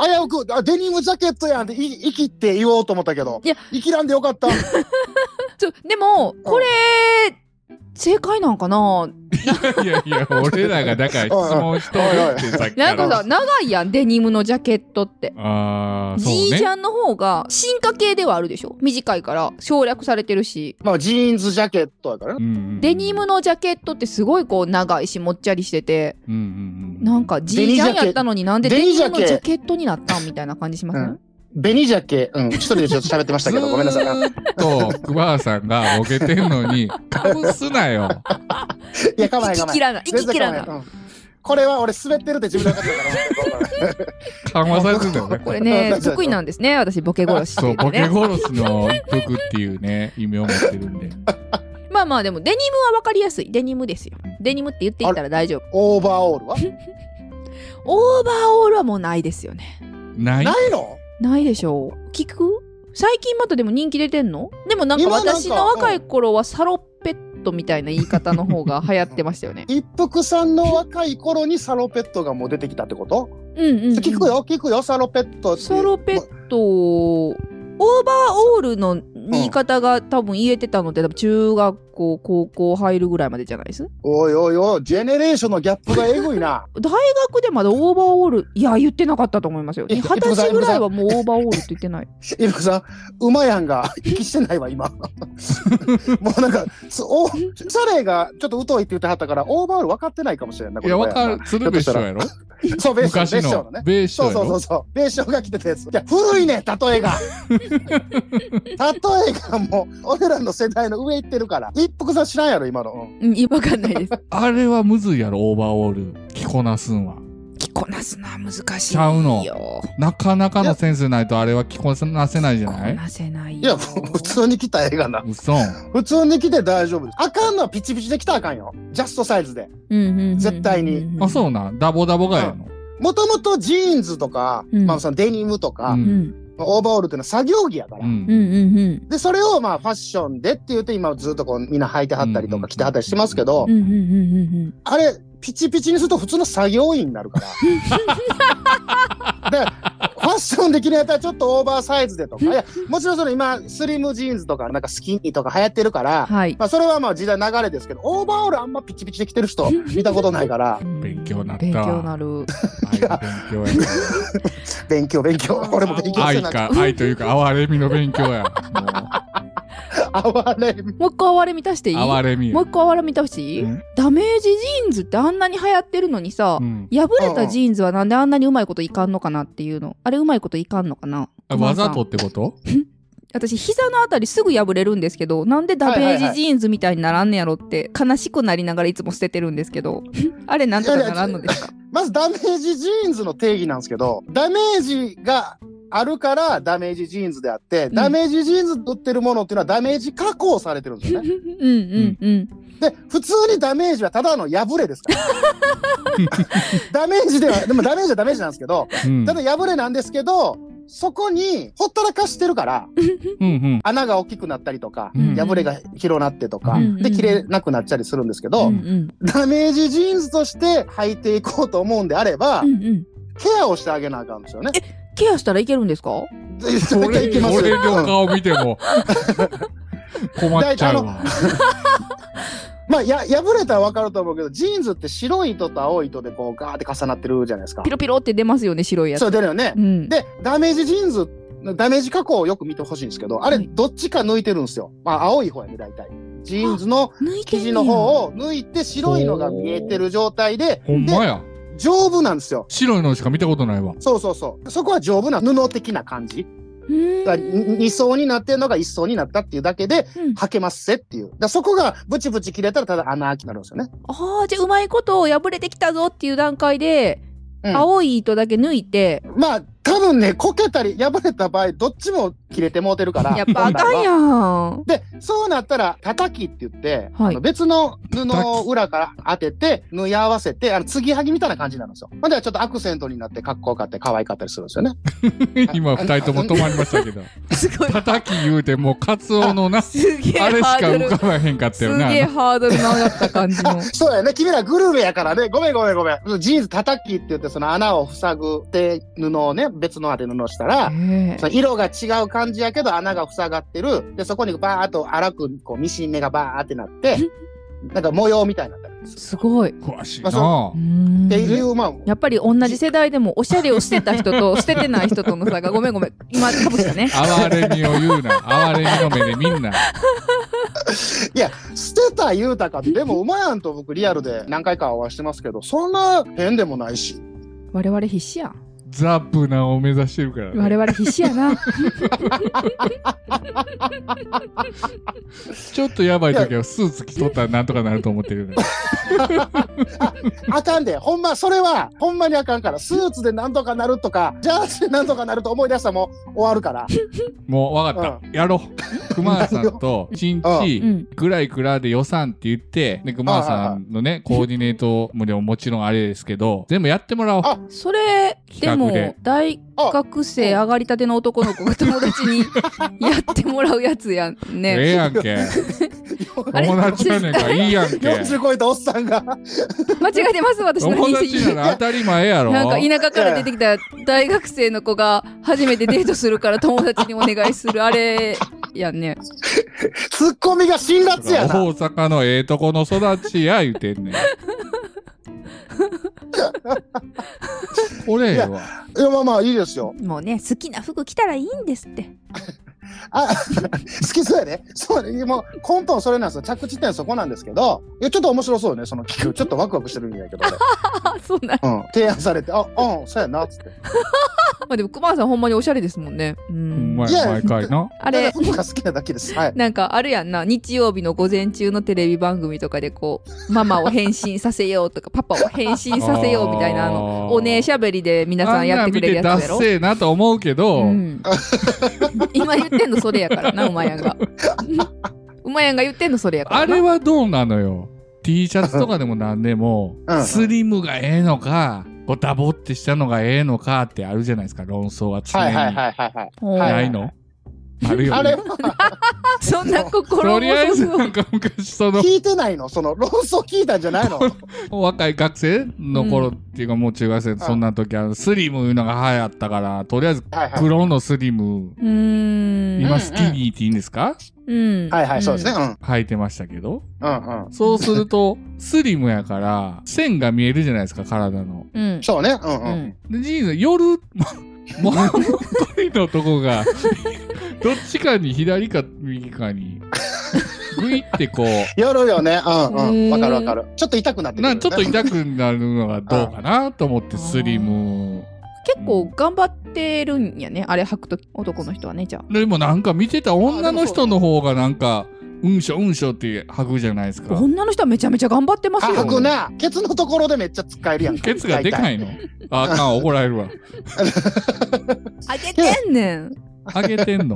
Speaker 4: あ危うく、あ、デニムジャケットやんって、い、生きって言おうと思ったけど。
Speaker 2: いや、
Speaker 4: 生きらんでよかった。
Speaker 2: ちょでもこれ正解なんかない
Speaker 1: やいや、俺らがだから質問しとるってさっきか
Speaker 2: な
Speaker 1: ら。
Speaker 2: んかさ長いやんデニムのジャケットって
Speaker 1: あー、
Speaker 2: ジ
Speaker 1: そう
Speaker 2: ージ
Speaker 1: ね。
Speaker 2: ャンの方が進化系ではあるでしょ短いから省略されてるし
Speaker 4: まあ、ジーンズジャケットやからね。
Speaker 1: うんうん
Speaker 2: デニムのジャケットってすごいこう長いしもっちゃりしてて
Speaker 1: うんうんうん。
Speaker 2: なんかジージャンやったのになんでデ
Speaker 4: デ
Speaker 2: ニ
Speaker 4: ニジ
Speaker 2: ム
Speaker 4: ャケ
Speaker 2: のジャケットになったんみたいな感じしません、
Speaker 4: うんベニジャケ、うん、一人でちょっと喋ってましたけど、ごめんなさい。
Speaker 1: ずーっと、クバーさんがボケてんのに、かぶすなよ。
Speaker 4: いや、かまへん、
Speaker 2: 息
Speaker 4: かまへん
Speaker 2: 切。らない息切ら
Speaker 4: 全然
Speaker 2: ない
Speaker 4: 構わないうんこれは俺滑ってるって自分で分かってたから
Speaker 1: 緩和されてんだよ
Speaker 4: [LAUGHS]
Speaker 1: ね。
Speaker 2: これ
Speaker 4: うん
Speaker 2: ね
Speaker 4: 確かに
Speaker 2: 得意なんですね私ボケ殺しって
Speaker 1: そ、
Speaker 2: いううの
Speaker 1: ボケ
Speaker 2: ね
Speaker 1: 殺しの一服っていうね、意味を持ってるんで。
Speaker 2: まあまあでもデニムは分かりやすいデニムですよデニムって言っていたら大丈夫
Speaker 4: オーバーオールは
Speaker 2: オーバーオールはもうないですよね
Speaker 1: ない
Speaker 4: ないの
Speaker 2: ないでしょう聞く最近またでも人気出てんのでもなんか
Speaker 4: 今なんか
Speaker 2: 私の若い頃はサロペットみたいな言い方の方が流行ってましたよ
Speaker 4: [LAUGHS]
Speaker 2: ね
Speaker 4: 一服さんの若い頃にサロペットがもう出てきたってこと、
Speaker 2: うんうん、うん、
Speaker 4: 聞くよ聞くよサロペットって
Speaker 2: サロペットオーバーオールの言い方が多分言えてたので、多分中学校高校入るぐらいまでじゃないです
Speaker 4: おいおいおいジェネレーションのギャップがえぐいな
Speaker 2: 大学でまだオーバーオールいや言ってなかったと思いますよ
Speaker 4: え
Speaker 2: 二十歳ぐらいはもうオーバーオールって言ってない
Speaker 4: 伊福さん馬やん
Speaker 1: [LAUGHS]
Speaker 4: が息してないわ今 [LAUGHS] もうなんかすおサレがちょっと疎いって言ってはったからオーバーオール分かってないかもしれんない
Speaker 1: いや、わかる。鶴瓶師匠やろ
Speaker 4: そうベーションベ
Speaker 1: 昔
Speaker 4: ーショ
Speaker 1: の
Speaker 4: ンのね。
Speaker 1: ベーショ
Speaker 4: そう
Speaker 1: ン
Speaker 4: そうそうそう。弁償が来てたやつ。いや、古いねん、例えが。
Speaker 1: [LAUGHS]
Speaker 4: 例えがもう、俺らの世代の上行ってるから。一服さん知らんやろ、今の。
Speaker 2: うんいやわかんないです
Speaker 1: あれはむずいやろ、オーバーオール。着こなすんは。
Speaker 2: [LAUGHS] 着こなすのは難しい
Speaker 1: ちゃうの
Speaker 2: よ
Speaker 1: なかなかのセンスないとあれは着こなせないじゃ
Speaker 2: 着こ
Speaker 1: ない
Speaker 2: なせない
Speaker 4: いや、
Speaker 2: よ
Speaker 4: もう普通に来た映画な。
Speaker 1: 嘘。
Speaker 4: 普通に来て大丈夫です。あかんのはピチピチで来たらあかんよ。ジャストサイズで。
Speaker 2: うんうんうんうん
Speaker 4: 絶対に
Speaker 2: うん
Speaker 1: あ、そうなん。ダボダボがやの。
Speaker 4: もともとジーンズとか、
Speaker 2: うん
Speaker 4: まあそのデニムとか、
Speaker 1: う
Speaker 2: うんん
Speaker 4: オーバーオールっていうのは作業着やから。
Speaker 1: うん
Speaker 2: うんうんうん
Speaker 4: で、それをまあファッションでって言って今ずっとこうみんな履いてはったりと
Speaker 1: うんう
Speaker 4: か
Speaker 1: ん
Speaker 4: 着てはったりしてますけど、
Speaker 2: うんうんうんうんうん
Speaker 4: あれ、ピチピチにすると普通の作業員になる
Speaker 1: [LAUGHS]
Speaker 4: から。で、ファッションできるやったらちょっとオーバーサイズでとか、いや、もちろんその今、スリムジーンズとか、なんかスキニーとか流行ってるから、
Speaker 2: はい
Speaker 4: まあそれはまあ時代流れですけど、オーバーオールあんまピチピチで着てる人見たことな
Speaker 1: [LAUGHS]
Speaker 4: いから、
Speaker 1: 勉強になった
Speaker 2: 勉強なる
Speaker 1: 愛の勉強や
Speaker 4: 勉強勉強、 [LAUGHS] 俺も勉強
Speaker 1: な。
Speaker 4: して
Speaker 1: 愛
Speaker 4: なくて、
Speaker 1: か、愛というか、哀れみの勉強や。
Speaker 4: 哀れみ。
Speaker 2: もう一個哀れみ足していい
Speaker 1: もう
Speaker 2: も
Speaker 1: 哀れみや。
Speaker 2: う一個哀れみ足していい、
Speaker 1: うん
Speaker 2: ダメージジーンズってあんなに流行ってるのにさ、
Speaker 1: うん
Speaker 2: 破れたジーンズはなんであんなにうまいこといかんのかなっていうのあれうまいこといかんのかな
Speaker 1: あわざとってこと
Speaker 2: 私膝のあたりすぐ破れるんですけどなんでダメ
Speaker 4: はいはい
Speaker 2: ー
Speaker 4: はい
Speaker 2: ジジーンズみ [LAUGHS] たいにならんねやろって悲しくなりながらいつも捨ててるんですけどあれなんとかならんのですか
Speaker 4: まずダメージジーンズの定義なんですけど、ダメージがあるからダメージジーンズであって、
Speaker 2: ん
Speaker 4: ダメージジーンズ売ってるものっていうのはダメージ加工されてるんですよ
Speaker 2: [LAUGHS]
Speaker 4: ね。
Speaker 2: うんうん
Speaker 4: で、普通にダメージはただの破れで
Speaker 2: [LAUGHS]
Speaker 4: すから。ダメージでは、でもダメージはダメージなんですけど、
Speaker 1: うん
Speaker 4: ただ破れなんですけど、そこにほったらかしてるから、
Speaker 1: うん
Speaker 4: 穴が大きくなったりとか、
Speaker 1: うん
Speaker 4: 破れが広なってとか、
Speaker 2: うん
Speaker 4: で、切れなくなっちゃったりするんですけど、
Speaker 2: うんうん
Speaker 4: ダメージジーンズとして履いていこうと思うんであれば、
Speaker 2: うんうん
Speaker 4: ケアをしてあげなあかんですよね。
Speaker 2: ケアしたらいけるんですか
Speaker 4: 絶
Speaker 1: 俺
Speaker 4: 対いけます
Speaker 1: 俺
Speaker 4: よ。
Speaker 1: の
Speaker 4: うん
Speaker 1: 顔見ても困っちゃうわ。
Speaker 4: まあ、や、破れたらわかると思うけど、ジーンズって白い糸と青い糸でこうガーって重なってるじゃないですか
Speaker 2: ピ。ロピロって出ますよね白いやつ
Speaker 4: そう出るよね
Speaker 2: う。ん
Speaker 4: で、ダメージジーンズ、ダメージ加工をよく見てほしいんですけど、あれ、
Speaker 2: はい
Speaker 4: どっちか抜いてるんですよ。まあ、青い方やね、大体。ジーンズの
Speaker 2: 抜いて
Speaker 4: 生
Speaker 2: んね
Speaker 4: 地
Speaker 2: や
Speaker 4: の方を抜いて、白いのが見えてる状態で、
Speaker 1: ほんまや。
Speaker 4: 丈夫なんですよ。
Speaker 1: 白いのしか見たことないわ。
Speaker 4: そうそうそう。そこは丈夫な布的な感じ。
Speaker 2: うーん
Speaker 4: だからに二層になってるのが一層になったっていうだけで、
Speaker 2: うん
Speaker 4: 履けますせっていう。だからそこがブチブチ切れたらただ穴開きになるんですよね。
Speaker 2: ああじゃあうまいことを破れてきたぞっていう段階で、
Speaker 4: うん
Speaker 2: 青い糸だけ抜いて
Speaker 4: まあ、多分ね、こけたり破れた場合、どっちも切れてもうてるから。
Speaker 2: やっぱあかんやん
Speaker 4: で、そうなったら、叩きって言って、
Speaker 2: はい
Speaker 4: あの別の布を裏から当てて、縫い合わせて、あの、継ぎはぎみたいな感じになるんですよ。まあ、ではちょっとアクセントになって、かっこよかったり、可愛かったりするんですよね。
Speaker 1: 今二人とも止まりましたけど。
Speaker 2: すご
Speaker 4: [LAUGHS]
Speaker 2: い
Speaker 1: 叩き言うてもうカツオのな、
Speaker 2: すげえ
Speaker 1: あれしか
Speaker 2: ハードル
Speaker 1: 浮かばへんかった
Speaker 2: す
Speaker 1: よ
Speaker 2: げえ
Speaker 1: な。
Speaker 2: ハードルの上がった感
Speaker 4: [LAUGHS]
Speaker 2: じの
Speaker 4: あ、そうやね。君らグルメやからね。ごめんごめんごめん。ジーンズ叩きって言って、その穴を塞ぐで布をね、別の当て布をしたら、
Speaker 2: え
Speaker 4: その色が違う感じやけど穴が塞がってる。で、そこにバーっと荒く、こう、ミシン目がバーってなって、なんか模様みたいになったり
Speaker 2: えすごい
Speaker 1: 詳しい
Speaker 4: まあ
Speaker 1: な
Speaker 2: う。ーん
Speaker 4: っていう、まあ、
Speaker 2: やっぱり同じ世代でもおしゃれをしてた人
Speaker 4: [LAUGHS]
Speaker 2: としててない人との差がごめんごめん今かぶしたね
Speaker 1: 哀れみを言うな。哀れみの目でみんな。
Speaker 4: 捨てた言うたかって、でも、馬やんと僕リアルで何回かお会いしてますけど、そんな変でもない [LAUGHS] し。
Speaker 2: 我々必死や
Speaker 1: ザップなを目指してるから、
Speaker 2: 我
Speaker 1: ね。
Speaker 2: 々必死や
Speaker 4: [LAUGHS]
Speaker 2: な
Speaker 1: ちょっとやばい時はスーツ着とったらなんとかなると思ってるけど。
Speaker 4: あかんで、ほんま、それは、ほんまにあかんから、スーツでなんとかなるとか、ジャージでなんとかなると思い出したらもう終わるから。
Speaker 1: もうわかった。やろう。熊谷さんと1
Speaker 2: う
Speaker 1: 日
Speaker 2: ん
Speaker 1: ぐらいくらで予算って言って、で、熊谷さんのね、コーディネートもでももちろんあれですけど、 [LAUGHS] 全部やってもらおう。
Speaker 4: あ
Speaker 2: それで
Speaker 1: 企画で
Speaker 2: も大学生上がりたての男の子が友達にやってもらうやつやん
Speaker 1: ええ
Speaker 2: ね
Speaker 1: やん
Speaker 2: [LAUGHS]
Speaker 1: け。
Speaker 2: あれ
Speaker 1: 友達やねんからいいやんけ。
Speaker 4: 40超えたおっさん [LAUGHS] が。
Speaker 2: 間違えてます私
Speaker 1: [LAUGHS]
Speaker 2: の
Speaker 1: 友達なら当たり前やろ。
Speaker 2: なんか田舎から出てきた大学生の子が初めてデートするから友達にお願いするあれやんね
Speaker 4: ツッコミが辛辣やな。
Speaker 1: 大阪のええとこの育ちや言うて
Speaker 2: [LAUGHS]
Speaker 1: んねん。これええわ。
Speaker 4: いや、まあまあ、いいですよ。
Speaker 2: もうね好きな服着たらいいんですって
Speaker 4: あ、 [LAUGHS] 好きそうやね。そうね。もう、根本それなんですよ。着地点そこなんですけど、いや、ちょっと面白そうよね、その企画。ちょっとワクワクしてるんやけど、
Speaker 1: [LAUGHS]
Speaker 4: 俺
Speaker 2: あそうなん
Speaker 4: うん。提案されて、あ、うん、そうやな、つって。
Speaker 2: まあでも熊さんほんまにおしゃれですもんねう
Speaker 1: うんまい
Speaker 4: いや
Speaker 1: 毎回な。
Speaker 2: あれ
Speaker 4: ただ服が好きなだけです。はい。
Speaker 2: なんかあるやんな日曜日の午前中のテレビ番組とかでこうママを変身させようとかパパを変身させようみたいなあ
Speaker 1: あー
Speaker 2: のおねえしゃべりで皆さ
Speaker 1: あ
Speaker 2: ん
Speaker 1: ん
Speaker 2: や
Speaker 1: な
Speaker 2: ってく
Speaker 1: 見
Speaker 2: れる
Speaker 1: て
Speaker 2: や
Speaker 1: ダ
Speaker 2: つやろ
Speaker 1: ッセーなと思うけど、
Speaker 2: うん、今言ってんのそれやからなうまやんが [LAUGHS] うまやんが言ってんのそれやから
Speaker 1: あ
Speaker 2: な
Speaker 1: れはどうなのよ。T シャツとかでもなんでも
Speaker 4: うん、
Speaker 1: スリムがええのか、こうダボってしたのがええのかってあるじゃないですか、論争は常
Speaker 4: はい
Speaker 1: に。
Speaker 4: はいはいはいはい。
Speaker 2: おー
Speaker 4: は
Speaker 1: ないのあるよ、ね。
Speaker 4: あれは、
Speaker 2: そんな心
Speaker 1: とりあえ
Speaker 2: 細
Speaker 1: ず
Speaker 2: そう
Speaker 1: なんか昔そ
Speaker 4: [LAUGHS]
Speaker 1: の
Speaker 4: 聞いてないのその論争聞いたんじ
Speaker 1: [LAUGHS]
Speaker 4: ゃないの
Speaker 1: 若い学生の頃っていうかもう中学生そんな時あのスリムいうのが流行ったからとりあえず
Speaker 4: はいはい。
Speaker 1: 黒のスリム
Speaker 2: うーん
Speaker 1: 今スキニーっていいんですか
Speaker 2: うん
Speaker 4: はいはい、そうですね。うん。
Speaker 1: 履いてましたけど
Speaker 4: うんうん。
Speaker 1: そうするとスリムやから線が見えるじゃないですか体の
Speaker 2: うん
Speaker 4: そうね。うん
Speaker 2: う
Speaker 4: うん。
Speaker 1: で
Speaker 2: ん
Speaker 1: ジーンズ夜もうも
Speaker 4: [LAUGHS]
Speaker 1: う一人のとこがどっちかに左か右かにグイってこう
Speaker 4: 夜よね。うん
Speaker 2: う
Speaker 4: うんん。わかるわかる。ちょっと痛くなってくる、
Speaker 1: な
Speaker 4: ね。
Speaker 1: ちょっと痛くなるのがどうかなと思ってスリム
Speaker 2: 結構頑張ってるんやねあれ履くとき男の人はねじゃあ
Speaker 1: でもなんか見てた女の人の方がなんかうんしょうんしょって吐くじゃないですか。
Speaker 2: 女の人はめちゃめちゃ頑張ってます
Speaker 4: あ、
Speaker 2: よ
Speaker 4: 吐くな。ケツのところでめっちゃ使えるやんか。
Speaker 1: ケツがでか
Speaker 4: い。
Speaker 1: いの。ああかん、怒られるわ。
Speaker 2: あげてんねん
Speaker 1: あげてん
Speaker 4: [LAUGHS]
Speaker 1: の。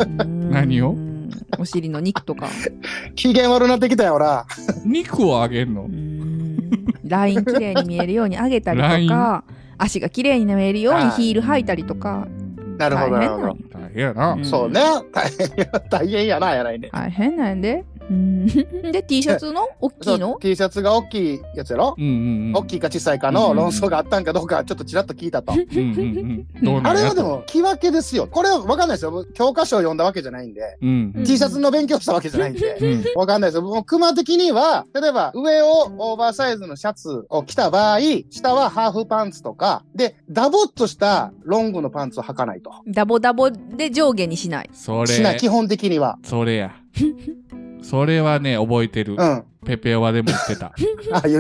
Speaker 1: 何を
Speaker 2: うんお尻の肉とか
Speaker 4: 機嫌悪なってきたよ、ほら。
Speaker 1: 肉をあげんの
Speaker 2: [LAUGHS] う。んライン綺麗に見えるように上げたりとか足が綺麗に見えるように
Speaker 4: はい
Speaker 2: ヒール履いたりとか
Speaker 4: なるほど、
Speaker 2: 大
Speaker 4: な
Speaker 2: 変
Speaker 4: る
Speaker 2: な
Speaker 4: ほ
Speaker 2: の
Speaker 4: ど。
Speaker 1: 大変やな
Speaker 2: う。ん
Speaker 4: そうね。大変や、大変やな、やないね。
Speaker 2: 大変なんやでうん [LAUGHS] で T シャツの大きい
Speaker 4: そ
Speaker 2: の
Speaker 4: う T シャツが大きいやつやろ
Speaker 1: うんうんうん。
Speaker 4: 大きいか小さいか
Speaker 1: うんう
Speaker 4: の
Speaker 1: ん
Speaker 4: 論争があったんかどうか、ちょっとちらっと聞いたと。
Speaker 1: うんうんうん。どうな
Speaker 4: あ
Speaker 1: ん
Speaker 4: れ
Speaker 1: や
Speaker 4: は
Speaker 1: と
Speaker 4: で。も、木分けですよ。これは分かんないですよ。僕教科書を読んだわけじゃないんで、
Speaker 1: うん。
Speaker 2: うん
Speaker 4: T シャツの勉強したわけじゃないんで。
Speaker 1: うん。
Speaker 4: わかんないですよ。もう、熊的には、例えば、上をオーバーサイズのシャツを着た場合、下はハーフパンツとか、で、ダボっとしたロングのパンツを履かないと。
Speaker 2: ダボダボで上下にし [LAUGHS] ない
Speaker 1: そ
Speaker 4: しない、
Speaker 1: れ
Speaker 4: 基、本的には。
Speaker 1: それや。それはね、覚えてる
Speaker 4: うん。。あ、
Speaker 1: ペペワでも言ってた。
Speaker 4: 言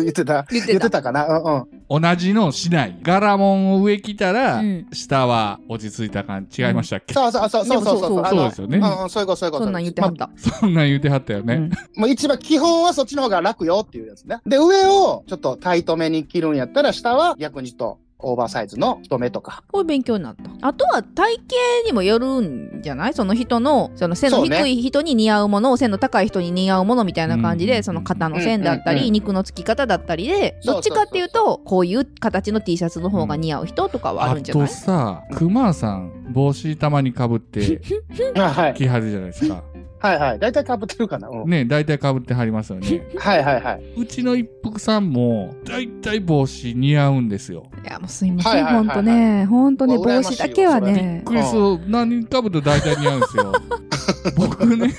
Speaker 4: 言ってた。
Speaker 2: 言って
Speaker 4: 言っ
Speaker 2: た
Speaker 4: てたかな。うんうん。
Speaker 1: 同じのしない。ガラモンを上着たら
Speaker 2: うん、
Speaker 1: 下は落ち着いた感じ。違いましたっけ
Speaker 4: そうそうそうそうそ
Speaker 2: でもそ
Speaker 4: う
Speaker 2: うそう
Speaker 4: あ
Speaker 1: そう
Speaker 4: の
Speaker 1: ですよね。
Speaker 4: うんうん、そういうこと、そういうこと。
Speaker 2: そんなん言ってはっ
Speaker 4: ま
Speaker 2: た
Speaker 1: そんなん言うてはったよね。
Speaker 4: あもう一番基本はそっちの方が楽よっていうやつね。で、上をちょっとタイトめに着るんやったら、下は逆にちょっとオーバーサイズの太めとか。
Speaker 2: こういう勉強になった。あとは体型にもよるんじゃないその人の、その背の
Speaker 4: そう
Speaker 2: 低い人に似合うもの、背の高い人に似合うものみたいな感じ
Speaker 1: うんうんう
Speaker 2: で、
Speaker 1: ん
Speaker 2: その肩の線だった
Speaker 4: うんうんう
Speaker 2: り、
Speaker 4: ん
Speaker 2: 肉のつき方だったりで、
Speaker 4: そ
Speaker 2: ど
Speaker 4: うそ
Speaker 2: っ
Speaker 4: うそ
Speaker 2: ち
Speaker 4: う
Speaker 2: かっていうと、こういう形の T シャツの方が似合う人とかはあ
Speaker 1: あ
Speaker 2: るんじゃな
Speaker 1: と
Speaker 2: い
Speaker 1: さ
Speaker 4: う、ん
Speaker 1: クマさん、帽子たまにかぶって
Speaker 4: あはい。
Speaker 1: 着はるじゃないですか。
Speaker 4: はいはい。だいたい被ってるかな。うん。
Speaker 1: ね、大体かぶってはりますよね。
Speaker 4: はいはいはい。
Speaker 1: うちの一服さんも、大体帽子似合うんですよ。
Speaker 2: いや、もうすいませ
Speaker 4: は
Speaker 2: ん。
Speaker 4: いはいは
Speaker 2: ほ
Speaker 4: い
Speaker 2: ん
Speaker 4: はい
Speaker 2: とね。ほんとね、
Speaker 4: うわ
Speaker 2: 帽
Speaker 4: 羨まし
Speaker 2: 子だ
Speaker 4: いよ
Speaker 2: けは
Speaker 1: びっ
Speaker 2: ね。
Speaker 1: くりする。何かぶって大体似合うんです
Speaker 4: [LAUGHS]
Speaker 1: よ。僕ね、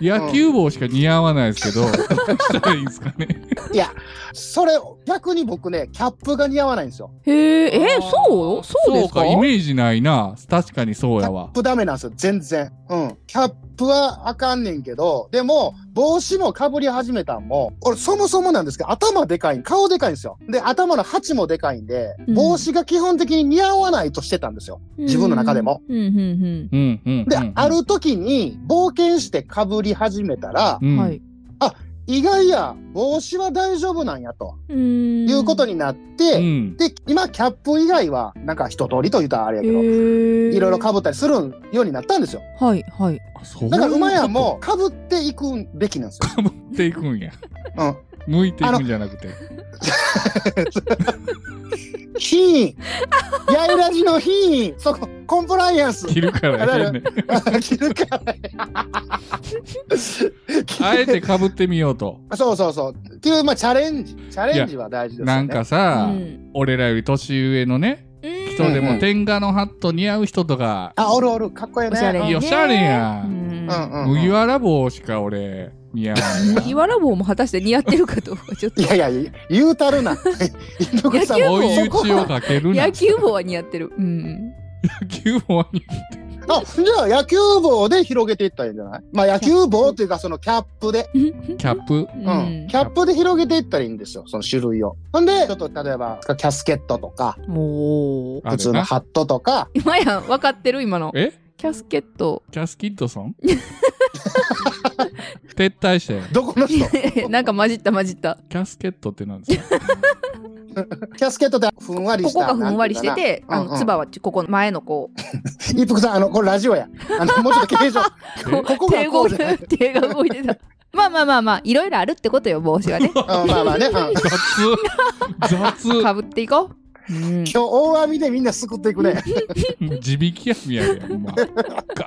Speaker 1: 野球帽しか似合わないですけど、どうしたらいいんですかね。
Speaker 4: いや、それ、逆に僕ね、キャップが似合わないんですよ。
Speaker 2: へえ、 [LAUGHS] え
Speaker 1: あ、ー
Speaker 2: そうそうですか
Speaker 1: イメージないな。確かにそう
Speaker 4: キ
Speaker 1: や
Speaker 4: ャッ
Speaker 1: わ。
Speaker 4: プダメなんですよ、全然。うん。キャップはあかんねんけど、でも、帽子もかぶり始めたんも、俺、そもそもなんですけど、頭でかいん、顔でかいんですよ。で、頭の鉢もでかいんで、
Speaker 2: うん
Speaker 4: 帽子が基本的に似合わないとしてたんですよ。自分の中でも。
Speaker 2: うん、うん、
Speaker 1: う
Speaker 2: うん
Speaker 1: んうんうん。
Speaker 4: で、ある時に、冒険してかぶり始めたら
Speaker 1: う、
Speaker 2: うん。
Speaker 1: ん。
Speaker 2: はい。
Speaker 4: 意外や、帽子は大丈夫なんや、と
Speaker 2: うーん。
Speaker 4: いうことになっ
Speaker 1: う
Speaker 4: て、
Speaker 1: ん。
Speaker 4: で、今、キャップ以外は、なんか一通りと言ったらあれやけど、
Speaker 2: へえ。
Speaker 4: いろいろ被ったりするようになったんですよ。
Speaker 2: はい、はい。
Speaker 1: そういうこと
Speaker 4: だから馬やんも被っていくべきなんですよ。
Speaker 1: かぶっていくんや。
Speaker 4: うん。
Speaker 1: 向いていくんじゃなくて。
Speaker 4: 品位。やいらじの品位。そこ、コンプライアンス。
Speaker 1: 着るからやね。
Speaker 4: 着るから。
Speaker 1: あえてかぶってみようと。
Speaker 4: [LAUGHS] そうそうそう。っていう、まあ、チャレンジ。チャレンジは大事ですよね。
Speaker 1: なんかさ
Speaker 2: う、ん
Speaker 1: 俺らより年上のね、
Speaker 2: うん
Speaker 1: 人でも天下のハット似合う人とか、
Speaker 4: あ、おるおる。かっこいい
Speaker 2: お
Speaker 4: ね。
Speaker 2: しゃれね。
Speaker 1: いやおしゃれや
Speaker 2: うんん。
Speaker 4: うんうん、うん。
Speaker 1: 麦わら帽しか俺似合わないな。
Speaker 2: 麦わら帽も果たして似合ってるかどうかちょっと
Speaker 4: い。やいや、言うたるな。野
Speaker 2: 野球帽
Speaker 1: 追い打ちを
Speaker 4: あ、
Speaker 1: かけるな。
Speaker 2: 野球帽は似合ってる。うん。
Speaker 1: 野球帽に。
Speaker 4: じゃあ野球帽で広げていったらいいんじゃないまあ野球帽っていうかそのキャップで。
Speaker 1: キャップ。
Speaker 2: う
Speaker 4: うん
Speaker 2: ん
Speaker 4: キ。ャップで広げていったらいいんですよ、その種類を。ほんで、ちょっと例えば、キャスケットとか、
Speaker 2: もう。
Speaker 1: あ
Speaker 4: 普通
Speaker 1: るな
Speaker 4: のハットとか、
Speaker 2: 今やん、分かってる今の。
Speaker 1: え
Speaker 2: キャスケット。
Speaker 1: キャスキッドソ
Speaker 2: [LAUGHS]
Speaker 1: ン撤退して。
Speaker 4: どこの人
Speaker 2: なんか混じった混じった。
Speaker 1: キャスケットってなんですか
Speaker 4: キャスケットでふんわり
Speaker 2: こ
Speaker 4: した。
Speaker 2: こがふんわりしてて、あ
Speaker 4: なんていうかなうんう
Speaker 2: の、
Speaker 4: ん
Speaker 2: つばはここの前のこう、
Speaker 4: なんていうかな。一服さん、あの、これラジオや。あ
Speaker 2: [LAUGHS]
Speaker 4: の、もうちょっと形状。ここが
Speaker 2: 手
Speaker 4: こ
Speaker 2: 動
Speaker 4: う
Speaker 2: い
Speaker 4: じゃない。
Speaker 2: て、手が動いてた。まあまあまあまあ、いろいろあるってことよ、帽子はね。
Speaker 4: うんまあまあね。うん今
Speaker 1: 雑雑
Speaker 2: かぶっていこう。うん。
Speaker 4: 日、大網でみんなすくっていくね。
Speaker 1: 地引き網やで、ほんま。ガ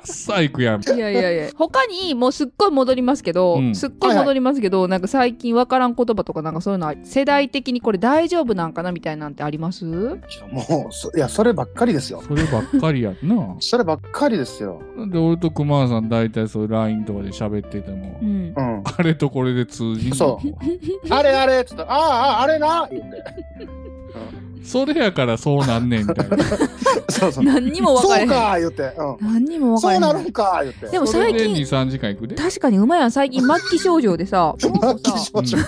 Speaker 1: ッサいくやん。
Speaker 2: いやいやいや他にもうすっごい戻りますけど、
Speaker 1: うん
Speaker 2: すっごい戻りますけど、なんか最近わからん言葉とかなんかそういうのは世代的にこれ大丈夫なんかなみたいなんてあります
Speaker 4: もうそ、いや、そればっかりですよ。
Speaker 1: そればっかりやんな。
Speaker 4: そればっかりですよ。
Speaker 1: なんで俺と熊さん大体そういう LINE とかで喋ってても、
Speaker 2: うん
Speaker 4: うん。
Speaker 1: あれとこれで通じんの
Speaker 4: そうあれあれっつったら、ああ、あれな言って。
Speaker 1: それやからそうなんねんみたいな。
Speaker 4: そうそう。
Speaker 2: 何にも分かれ
Speaker 4: そ
Speaker 2: へ
Speaker 4: うんかー言って。う
Speaker 2: 何にも分
Speaker 4: ん。
Speaker 2: か
Speaker 4: そ
Speaker 2: れへ
Speaker 4: うんなるんかー言って。
Speaker 2: でも
Speaker 1: それ
Speaker 2: 最
Speaker 1: で
Speaker 2: 近
Speaker 1: 2、3時間行くで。
Speaker 2: 確かに馬やん最近末期症状でさ
Speaker 4: 末期
Speaker 2: さ
Speaker 4: 症状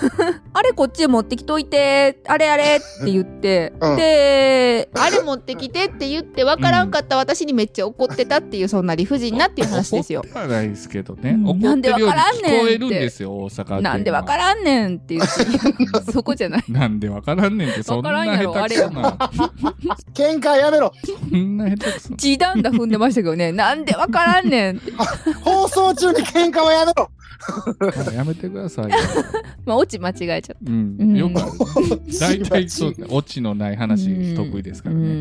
Speaker 2: あれこっちへ持ってきといてあれあれって言って、
Speaker 4: うん
Speaker 2: で
Speaker 5: あれ持ってきてって言って分からんかった私にめっちゃ怒ってたっていうそんな理不尽なっていう話ですよ
Speaker 4: [LAUGHS]
Speaker 1: 怒っ。てはないですけどね。
Speaker 2: うん
Speaker 1: 怒ってるように聞こえるん
Speaker 2: なんでわからんねんって
Speaker 1: ですよ、大阪って。
Speaker 2: なんで分からんねん
Speaker 4: [LAUGHS]
Speaker 2: って言ってそこじゃない
Speaker 1: なんでわからんねんって、そんな下手くそ
Speaker 2: わ
Speaker 1: な。
Speaker 4: 喧嘩やめろ。
Speaker 1: そんな下手くそな。
Speaker 2: 地団打踏んでましたけどねなんで分からんねんって
Speaker 4: 放送中に喧嘩はやめろ。
Speaker 1: なんかやめてくださいよ。
Speaker 2: [LAUGHS] まあオチ間違えちゃった
Speaker 1: う。
Speaker 2: うんん
Speaker 1: よくあるね。大体そう
Speaker 4: い、
Speaker 1: オチのない話得意ですから
Speaker 2: うんう
Speaker 1: ね。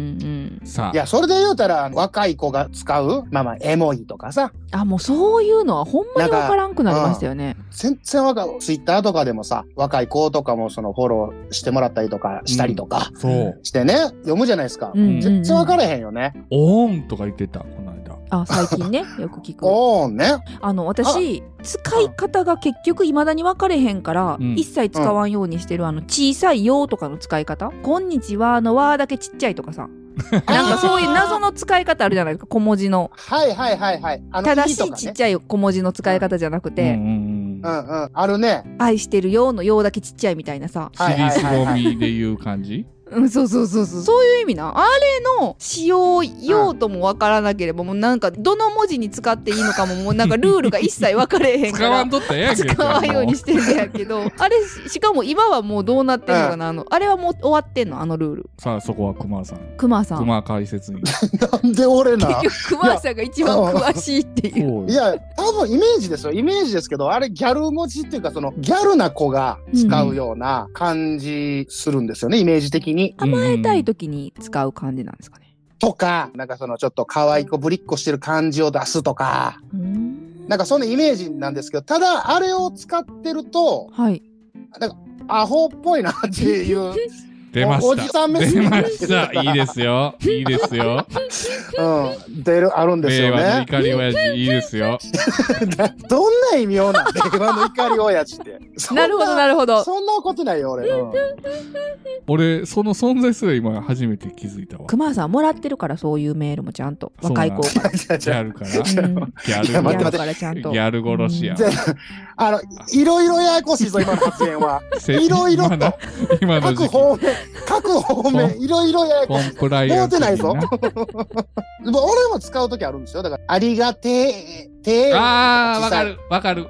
Speaker 2: ん
Speaker 1: さあ、
Speaker 4: や、それで言うたら、若い子が使う、まあまあ、エモいとかさ、
Speaker 2: あもうそういうのはほんまに分からんくなりましたよね
Speaker 4: 全然若い、ツイッターとかでもさ、若い子とかもそのフォローしてもらったりとかしたりとか
Speaker 1: そう。
Speaker 4: してね、読むじゃないですか。
Speaker 2: うんうんうん
Speaker 4: 全然分からへんよね。
Speaker 1: おーんとか言ってた、この間。
Speaker 2: あ最近ねよく聞く
Speaker 4: おーんね。
Speaker 2: あの私使い方が結局いまだに分かれへんから、
Speaker 1: うん
Speaker 2: 一切使わんようにしてるあの小さい「よ」とかの使い方「こんにちは」の「わ」だけちっちゃいとかさ [LAUGHS] なんかそういう謎の使い方あるじゃないですか小文字の
Speaker 4: はいはいはいはい。あの
Speaker 2: 正
Speaker 4: いいと
Speaker 2: しい
Speaker 4: か
Speaker 2: ちっ
Speaker 4: ね。
Speaker 2: ちゃい小文字の使い方じゃなく
Speaker 1: うんう
Speaker 2: て
Speaker 1: んうん
Speaker 4: うんうん。あるね。
Speaker 2: 「愛してるよ」の「よ」だけちっちゃいみたいなさ、
Speaker 4: はいはいはいはい
Speaker 1: 尻すぼみで言う感じ
Speaker 2: うん、そうそうそうそうそういう意味なあれの使用用途も分からなければもうなんかどの文字に使っていいのかももうなんかルールが一切分かれへんか
Speaker 1: 使
Speaker 2: ら
Speaker 1: わんとったらええやんけ
Speaker 2: 使わんようにしてんねやけどあれししかも今はもうどうなってんのかなあのあれはもう終わってんのあのルール
Speaker 1: さあそこは熊さん
Speaker 2: クマさん
Speaker 1: 熊解説に
Speaker 4: なんで俺な。
Speaker 2: 結局クマさんが一番詳しいっていう
Speaker 1: こう
Speaker 4: いや、多分イメージですよ。イメージですけど、あれギャル文字っていうか、そのギャルな子が使うような感じするんですよね、イメージ的に。
Speaker 2: 甘えたい時に使う感じなんですかね
Speaker 4: とか、なんかそのちょっと可愛い子ぶりっこしてる感じを出すとか、
Speaker 2: うん
Speaker 4: なんかそのイメージなんですけど、ただあれを使ってると、
Speaker 2: はい
Speaker 4: アホっぽいなっていう。うん。
Speaker 1: 出ました
Speaker 4: おじさん目
Speaker 1: 出
Speaker 4: 線
Speaker 1: ましたいいですよいいですよ
Speaker 4: 出る、あるんです
Speaker 1: 令
Speaker 4: よ
Speaker 1: 和の
Speaker 4: ね。
Speaker 1: 怒り親父いいですよ
Speaker 4: どんな異名なんだ、令和の怒り親父って。そん
Speaker 2: [LAUGHS] [LAUGHS] なるほどなるほど
Speaker 4: そんなことないよ、俺。うん
Speaker 1: 俺その存在すら今初めて気づいたわ
Speaker 2: クマさんもらってるからそういうメールもちゃんと若い子か
Speaker 4: じゃあ
Speaker 1: ギ
Speaker 4: じゃ
Speaker 1: ャ
Speaker 4: あ
Speaker 1: ルからギ
Speaker 2: ら、うん、
Speaker 1: ャル
Speaker 4: いや待って
Speaker 2: や
Speaker 4: 待
Speaker 2: るからちゃん
Speaker 1: ギ
Speaker 2: と
Speaker 1: ャル殺しや
Speaker 4: じゃあ、あの、いろいろややこしいぞ、今の発言は。
Speaker 1: せ
Speaker 4: いろいろと
Speaker 1: 今の今の
Speaker 4: 各
Speaker 1: 時期
Speaker 4: 方面、各方面、いろいろややこ
Speaker 1: コ
Speaker 4: し
Speaker 1: ン
Speaker 4: い。
Speaker 1: プライア
Speaker 4: もう
Speaker 1: ンス
Speaker 4: て
Speaker 1: 的
Speaker 4: ないぞ。
Speaker 1: な
Speaker 4: でも俺も使うときあるんですよ。だから、ありがてー、てー。
Speaker 1: あーわかるわかる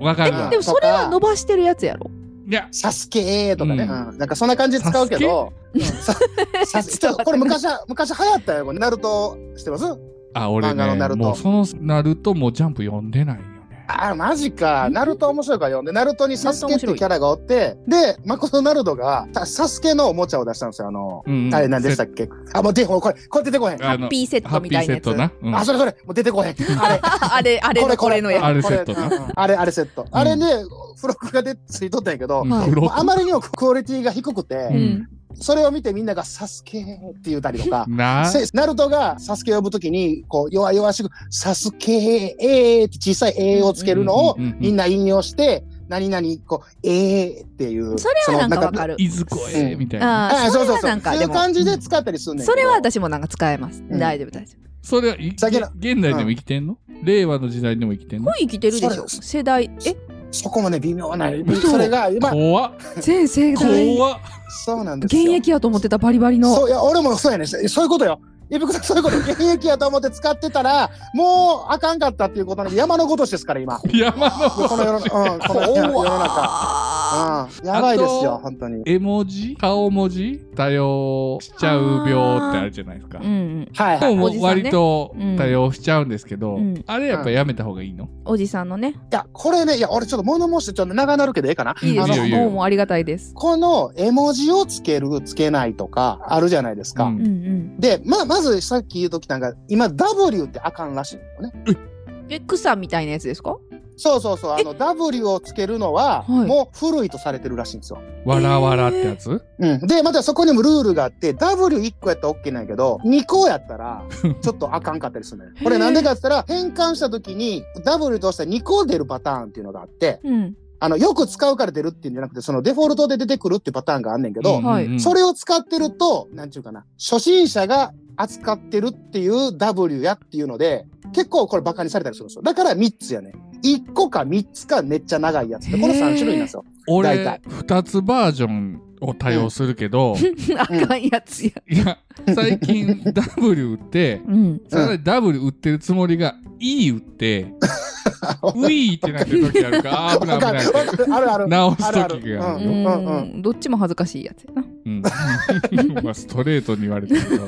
Speaker 4: うん。
Speaker 1: わかる
Speaker 4: え
Speaker 1: わ
Speaker 2: でもそれは伸ばしてるやつや
Speaker 4: [LAUGHS]
Speaker 2: ろ
Speaker 1: いや
Speaker 4: サスケーとかね、
Speaker 1: う
Speaker 4: うんんなんかそんな感じで使うけど。うんさサス
Speaker 2: ち
Speaker 4: ち
Speaker 2: ょ
Speaker 4: ょ
Speaker 2: っと待って
Speaker 4: っとこれ昔は、昔流行ったよ。ナルト、知ってます
Speaker 1: あ俺
Speaker 4: 漫画の
Speaker 1: ね
Speaker 4: ナルト
Speaker 1: もうそのナルトもジャンプ読んでないよね
Speaker 4: ああ、マジか。ナルト面白いから読んで、ナルトにサスケっていうキャラがおって、で、マコトナルドがたサスケのおもちゃを出したんですよ。あの、
Speaker 1: うんうん
Speaker 4: あれ何でしたっけあ、もう出てここれ、これ出てこへん。
Speaker 1: あ
Speaker 2: ハ
Speaker 1: の
Speaker 2: ッピーセッ
Speaker 1: ハ
Speaker 2: ト
Speaker 1: ッ
Speaker 2: み
Speaker 1: ピ
Speaker 2: た
Speaker 1: ー
Speaker 2: い
Speaker 1: セッ
Speaker 2: なや
Speaker 1: ト
Speaker 2: つ
Speaker 1: な。うん
Speaker 4: あ、それそれ、もう出てこへん。あれ。
Speaker 2: [LAUGHS] あれあれのこれのや
Speaker 1: あれセットな
Speaker 4: これうんうんあれ、あれセット。あれね、付録がでついとったんやけど、
Speaker 1: うん
Speaker 4: もう
Speaker 1: 黒
Speaker 4: あまりにもクオリティが低くて、
Speaker 1: う、
Speaker 2: うんん
Speaker 4: それを見てみんながサスケって言うたりとか
Speaker 1: な
Speaker 4: せナルトがサスケ呼ぶときに、こう、弱々しく、サスケえーって小さいえーをつけるのを
Speaker 1: うんうんうんうん
Speaker 4: みんな引用して、何々、こう、えーっていう。
Speaker 2: それはなんかわか
Speaker 4: る。
Speaker 2: る
Speaker 1: いずこえみたいな。
Speaker 2: あ
Speaker 4: あ
Speaker 2: あ
Speaker 4: あ、
Speaker 2: そ
Speaker 4: そう
Speaker 2: れ
Speaker 4: そう
Speaker 2: は
Speaker 4: そう。
Speaker 2: なん
Speaker 4: そう
Speaker 2: か
Speaker 4: い
Speaker 2: で
Speaker 4: う
Speaker 2: も
Speaker 4: 感じで使ったりするねんけど。
Speaker 2: それは私もなんか使えます。
Speaker 4: うん
Speaker 2: 大丈夫大丈夫。
Speaker 1: それはい
Speaker 4: さっきの
Speaker 1: 現代でも生きてんの令和の時代でも生きてんの
Speaker 2: 声生きてるでし
Speaker 4: そ
Speaker 2: ょ。
Speaker 4: うです
Speaker 2: 世代。え
Speaker 4: そこもね、微妙な
Speaker 1: 嘘。
Speaker 4: それが、今、
Speaker 1: 怖っ
Speaker 2: 全世代。
Speaker 1: 怖っ
Speaker 4: そうなんです
Speaker 2: 現
Speaker 4: よ。
Speaker 2: 役やと思ってたバリバリの。
Speaker 4: そういや俺もそうやねんそそういうことよエビコさんそういうこと現役やと思って使ってたらもうあかんかったっていうことの山のごとしですから今こ
Speaker 1: 山の
Speaker 4: の世の,、うん、この世世の中、
Speaker 2: あ
Speaker 4: うん、やばいです
Speaker 1: あ
Speaker 4: よ
Speaker 1: と
Speaker 4: 本当に
Speaker 1: 絵文字顔文字多用しちゃう病ってあるじゃないですか
Speaker 2: ーう。ん。
Speaker 4: はいはい
Speaker 1: も
Speaker 2: お
Speaker 4: いう
Speaker 2: じさんね
Speaker 1: 割と
Speaker 2: うん
Speaker 1: 多用しちゃうんですけど、
Speaker 2: うん
Speaker 1: あれやっぱやめた方がいいの、
Speaker 2: おじさんのね。
Speaker 4: やこれねいや俺ちょっと物申してちょっと長なるけどええかない
Speaker 2: いで
Speaker 4: あ
Speaker 2: す
Speaker 4: の
Speaker 1: いいよいいよ
Speaker 2: よ。もうもうありがたいです。
Speaker 4: この絵文字をつけるつけないとかあるじゃないですか、
Speaker 1: うん
Speaker 2: うんうん。
Speaker 4: でままずさっき言うときなんか今 W ってあかんらしいのね
Speaker 2: え、草みたいなやつですか
Speaker 4: そうそうそうあの W をつけるのは
Speaker 2: はい
Speaker 4: もう古いとされてるらしいんですよ
Speaker 1: わらわらってやつ、
Speaker 4: うん。で、またそこにもルールがあって、W1 個やったら OK なんやけど、2個やったら、ちょっとあかんかったりするのよ。これなんでかって言ったら、変換した時に、W として2個出るパターンっていうのがあって、 [LAUGHS]
Speaker 2: うん。
Speaker 4: あの、よく使うから出るっていうんじゃなくて、そのデフォルトで出てくるっていうパターンがあんねんけど、
Speaker 2: はい
Speaker 4: それを使ってると、なんちゅうかな、初心者が扱ってるっていう W やっていうので、結構これバカにされたりするんですよ。だから3つやね。1個か3つかめっちゃ長いやつで、この3種類なんですよ。大
Speaker 1: 俺
Speaker 4: 体
Speaker 1: 2つバージョンを対応するけど、
Speaker 2: あかんやつや。
Speaker 1: いや最近 [LAUGHS] W って
Speaker 2: うん。
Speaker 1: さらに W 売ってるつもりが E 売って
Speaker 4: [LAUGHS]
Speaker 1: WE ってなってる時あるからあー危ない
Speaker 4: わ
Speaker 1: 危
Speaker 4: か
Speaker 1: ない
Speaker 4: る、わかる、あるある。
Speaker 1: 直す時があ
Speaker 2: う
Speaker 1: る
Speaker 4: うん
Speaker 1: よ
Speaker 4: ん
Speaker 2: ん。どっちも恥ずかしいやつやな。
Speaker 1: [LAUGHS] うんまあストレートに言われてるけど
Speaker 4: っ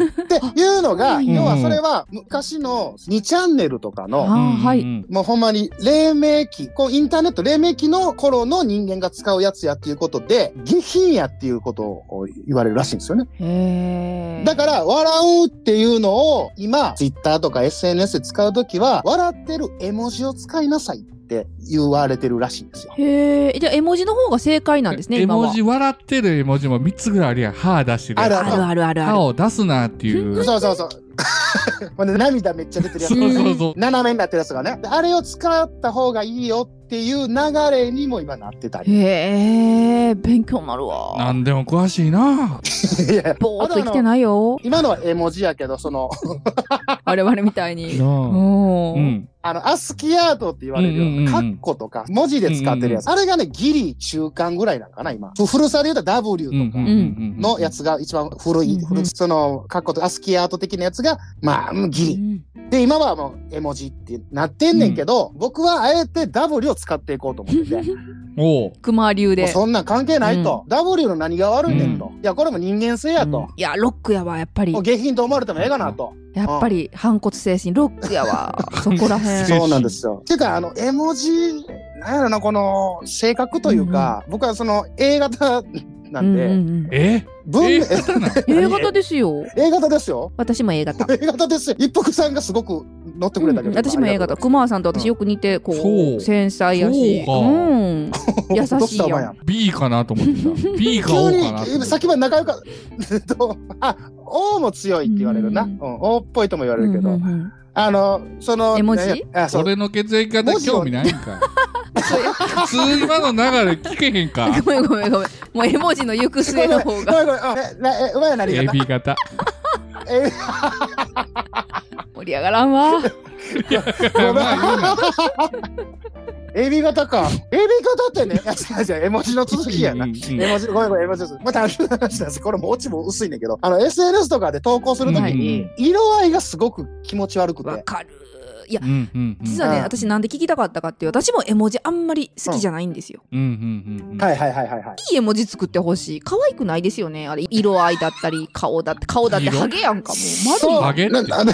Speaker 4: ていうのが、
Speaker 2: うん
Speaker 4: 要はそれは昔の2チャンネルとかの、
Speaker 2: あーは
Speaker 1: う
Speaker 2: い。
Speaker 1: ん
Speaker 4: もうほんまに黎明期、こうインターネット黎明期の頃の人間が使うやつやっていうことで、下品やっていうことを言われるらしいんですよね。
Speaker 2: へ
Speaker 4: だから、笑うっていうのを今、ツイッターとか SNS で使うときは、笑ってる絵文字を使いなさいって言われてるらしいんですよ。
Speaker 2: へえ。じゃあ絵文字の方が正解なんですね、
Speaker 1: 絵
Speaker 2: 今は。
Speaker 1: 文字笑ってる絵文字も3つぐらいあるやん歯出してるやつ
Speaker 4: ある
Speaker 2: あるあるあるあ
Speaker 1: 歯
Speaker 2: る。
Speaker 1: を出すなっていう
Speaker 4: そうそう [LAUGHS] そう。ほんで涙めっちゃ出てるや
Speaker 1: そ
Speaker 4: つ。
Speaker 1: うそうそう
Speaker 4: 斜めになってるやつがね。であれを使った方がいいよっていう流れにも今なってたり。
Speaker 2: へえ。勉強になるわ。
Speaker 1: なんでも詳しいない
Speaker 4: や
Speaker 2: ぼーっと生きてないよ。
Speaker 4: [LAUGHS] 今のは絵文字やけど、その、
Speaker 2: 我々みたいに。
Speaker 1: [LAUGHS]
Speaker 2: お
Speaker 1: う
Speaker 2: ー
Speaker 1: ん
Speaker 4: あの、アスキーアートって言われるよう
Speaker 1: うんうんうん
Speaker 4: な、カッコとか、文字で使ってるやつ。あれがね、ギリ中間ぐらいなんかな、今。ふ古さで言うと W
Speaker 1: うん
Speaker 4: と
Speaker 1: う
Speaker 4: か
Speaker 1: んうん
Speaker 4: のやつが一番古い、
Speaker 2: うん
Speaker 4: 古いその、カッコとアスキーアート的なやつが、まあ、うんギリ。で、今はもう絵文字ってなってんねんけど、僕はあえて W を使っていこうと思ってて、も
Speaker 1: おう
Speaker 2: 熊流
Speaker 4: う
Speaker 2: で。
Speaker 4: そんなん関係ないと。W の何が悪いねんと。
Speaker 1: う
Speaker 4: いや、これも人間性やと。
Speaker 2: いや、ロックやわ、やっぱり
Speaker 4: もう。下品と思われてもええかなと。
Speaker 2: やっぱり、反骨精神、ロックやわ。そこらへん。
Speaker 4: そうなんですよ。ていうか、あの、絵文字、なんやろな、この、性格というか、僕はその、A 型なんで、
Speaker 2: うんうんうん
Speaker 1: え
Speaker 4: 文
Speaker 1: え
Speaker 4: 明、
Speaker 1: 型な
Speaker 2: A 型ですよ。
Speaker 4: [LAUGHS] A 型ですよ。
Speaker 2: 私も A 型。
Speaker 4: A 型ですよ。一服さんがすごく乗ってくれたけど。
Speaker 2: うん私も A 型。熊さんと私よく似て、こ
Speaker 1: そう
Speaker 2: う、繊細や
Speaker 1: そ
Speaker 2: し。
Speaker 1: うか
Speaker 2: うん。
Speaker 4: ありがと
Speaker 2: 優しいやん
Speaker 4: うどうしたお前や
Speaker 1: B かなと思ってた B か O かなと
Speaker 4: 急
Speaker 1: 思っ
Speaker 4: に、
Speaker 1: て
Speaker 4: さっきまで仲良か [LAUGHS] った。とあ、O も強いって言われるな。
Speaker 2: う
Speaker 4: うんん、O っぽいとも言われるけ
Speaker 2: う
Speaker 4: ど
Speaker 2: ん。うんうん
Speaker 4: あの、その、
Speaker 2: 絵文字
Speaker 4: ねあ、そう。
Speaker 1: 俺の血液型興味ないん
Speaker 4: [LAUGHS]
Speaker 1: か普通今の流れ聞けへんか
Speaker 2: ごめんごめんごめん。もう絵文字の行く末の方
Speaker 4: ご [LAUGHS]
Speaker 2: が
Speaker 4: めんごめん。あえなえ、お前は何型
Speaker 1: AB 型
Speaker 4: A
Speaker 2: 盛り上がらんわ。
Speaker 4: ごめん
Speaker 1: まあ言うな
Speaker 4: AB 型か。AB 型ってね、いや [LAUGHS] 違う違う、絵文字の続きやな
Speaker 1: うん。うん
Speaker 4: 絵文字、ごめんごめん、絵文字です。また単純な話なんです。これもうオチも薄いねんだけど、あの、SNS とかで投稿するとき
Speaker 1: は
Speaker 4: に、色合いがすごく気持ち悪く
Speaker 2: わ
Speaker 4: て。
Speaker 2: かる。いや
Speaker 1: う、んうんうん
Speaker 2: 実はね、
Speaker 4: うん
Speaker 2: 私なんで聞きたかったかっていう、私も絵文字あんまり好きじゃないんですよ。
Speaker 1: うんうんうんうん
Speaker 4: はいはいはいはいはい。
Speaker 2: いい絵文字作ってほしい。可愛くないですよね。あれ、色合いだったり、顔だって、顔だって
Speaker 1: 色
Speaker 2: ハゲやんか、も
Speaker 4: そう
Speaker 1: ハゲって
Speaker 4: なんかあの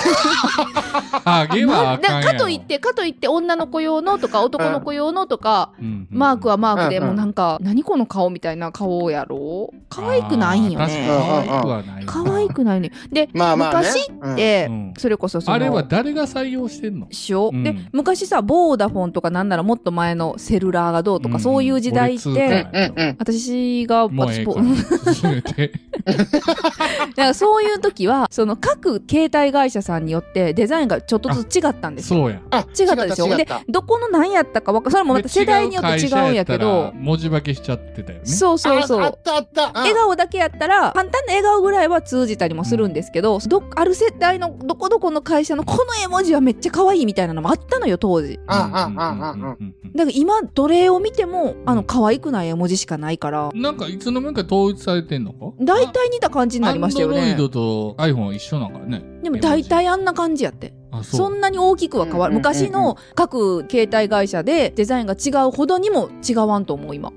Speaker 1: あげ
Speaker 2: う。
Speaker 1: はあか
Speaker 2: ま
Speaker 1: ん
Speaker 2: な
Speaker 1: やろ
Speaker 2: かといって、かといって女の子用のとか男の子用のとか、
Speaker 1: うんうん
Speaker 2: マークはマークで
Speaker 4: うんうん
Speaker 2: もうなんか、何この顔みたいな顔やろ可愛くないんよ
Speaker 1: あ
Speaker 2: ね。
Speaker 1: ー確かに可愛くはない
Speaker 2: 可愛くないね。で、
Speaker 4: まあまあね。
Speaker 2: 昔
Speaker 4: うん
Speaker 2: で、
Speaker 1: うん
Speaker 2: それこそその。
Speaker 1: あれは誰が採用してんの
Speaker 2: しょ、
Speaker 1: うん
Speaker 2: で昔さボーダフォンとかなんならもっと前のセルラーがどうとか、
Speaker 1: うん
Speaker 2: そういう時代
Speaker 1: 俺
Speaker 2: っ
Speaker 1: 通貨や
Speaker 2: て
Speaker 1: な
Speaker 4: うんうん。
Speaker 2: 私が
Speaker 1: もうえ
Speaker 2: 私
Speaker 1: え
Speaker 2: ぼ
Speaker 1: か
Speaker 2: なん
Speaker 1: ら進めて
Speaker 2: [LAUGHS] かそういう時はその各携帯会社さんによってデザインがちょっとずつ違ったんですよ。
Speaker 1: そうや
Speaker 4: あ、
Speaker 2: 違ったでしょ
Speaker 4: 違
Speaker 2: で
Speaker 4: った違っ
Speaker 2: どこの何やったかわかそれもまた世代によって違うんやけど
Speaker 1: で違う会社やったら文字化けしちゃってたよね
Speaker 2: そう
Speaker 4: た
Speaker 2: そうそ
Speaker 4: ああ
Speaker 2: う
Speaker 4: ったあった。
Speaker 2: 笑顔だけやったら簡単な笑顔ぐらいは通じたりもするんですけど、どある世代のどこどこの会社のこの絵文字はめっちゃ可愛いみたいなのもあったのよ当時。
Speaker 4: あああ
Speaker 1: うんうんうんうんうん
Speaker 2: だから今どれを見てもあの可愛くない絵文字しかないから
Speaker 1: なんかいつの間にか統一されてんのか
Speaker 2: 大体似た感じになりましたよ
Speaker 1: アン
Speaker 2: ね
Speaker 1: ドロイドと iPhone 一緒なんかね
Speaker 2: でも大体あんな感じやって
Speaker 1: あ
Speaker 2: そ
Speaker 1: そうん
Speaker 2: なに大きくは変わる
Speaker 4: うんうんうんうん
Speaker 2: 昔の各携帯会社でデザインが違うほどにも違わんと思う今
Speaker 1: ほ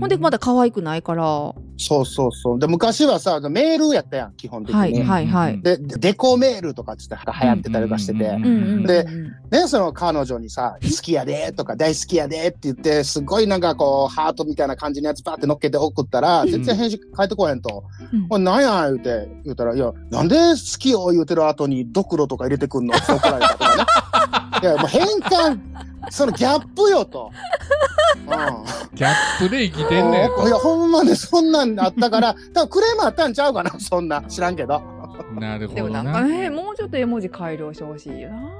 Speaker 2: ほんでまだ可愛くないからは
Speaker 4: そうそうそう。で、昔はさ、メールやったやん、基本的
Speaker 2: い
Speaker 4: に。
Speaker 2: はいはい
Speaker 4: で、でデコメールとかって言って流行ってたりとかしてて
Speaker 1: うん。
Speaker 2: うんうん
Speaker 4: で
Speaker 2: うん
Speaker 4: ね、その彼女にさ、好きやでとか大好きやでって言って、すごいなんかこう、ハートみたいな感じのやつバーって乗っけて送ったら、
Speaker 1: ん
Speaker 4: 全然返事返ってこへんと。
Speaker 2: うん
Speaker 4: おいなんや言うて、言うたら、いや、なんで好きを言うてる後にドクロとか入れてくんのって怒られたと
Speaker 1: [LAUGHS]
Speaker 4: かね。いや、もう変換、そのギャップよと。う
Speaker 1: ギャップで生き
Speaker 4: ん、
Speaker 1: てんね
Speaker 4: いや、ほんまね、そんなんあったから、多分クレームあったんちゃうかな、そんな。知らんけど。
Speaker 1: んなるほ
Speaker 2: でも
Speaker 1: ど
Speaker 2: な
Speaker 1: なん
Speaker 2: かねもうちょっと絵文字改良してほしいよな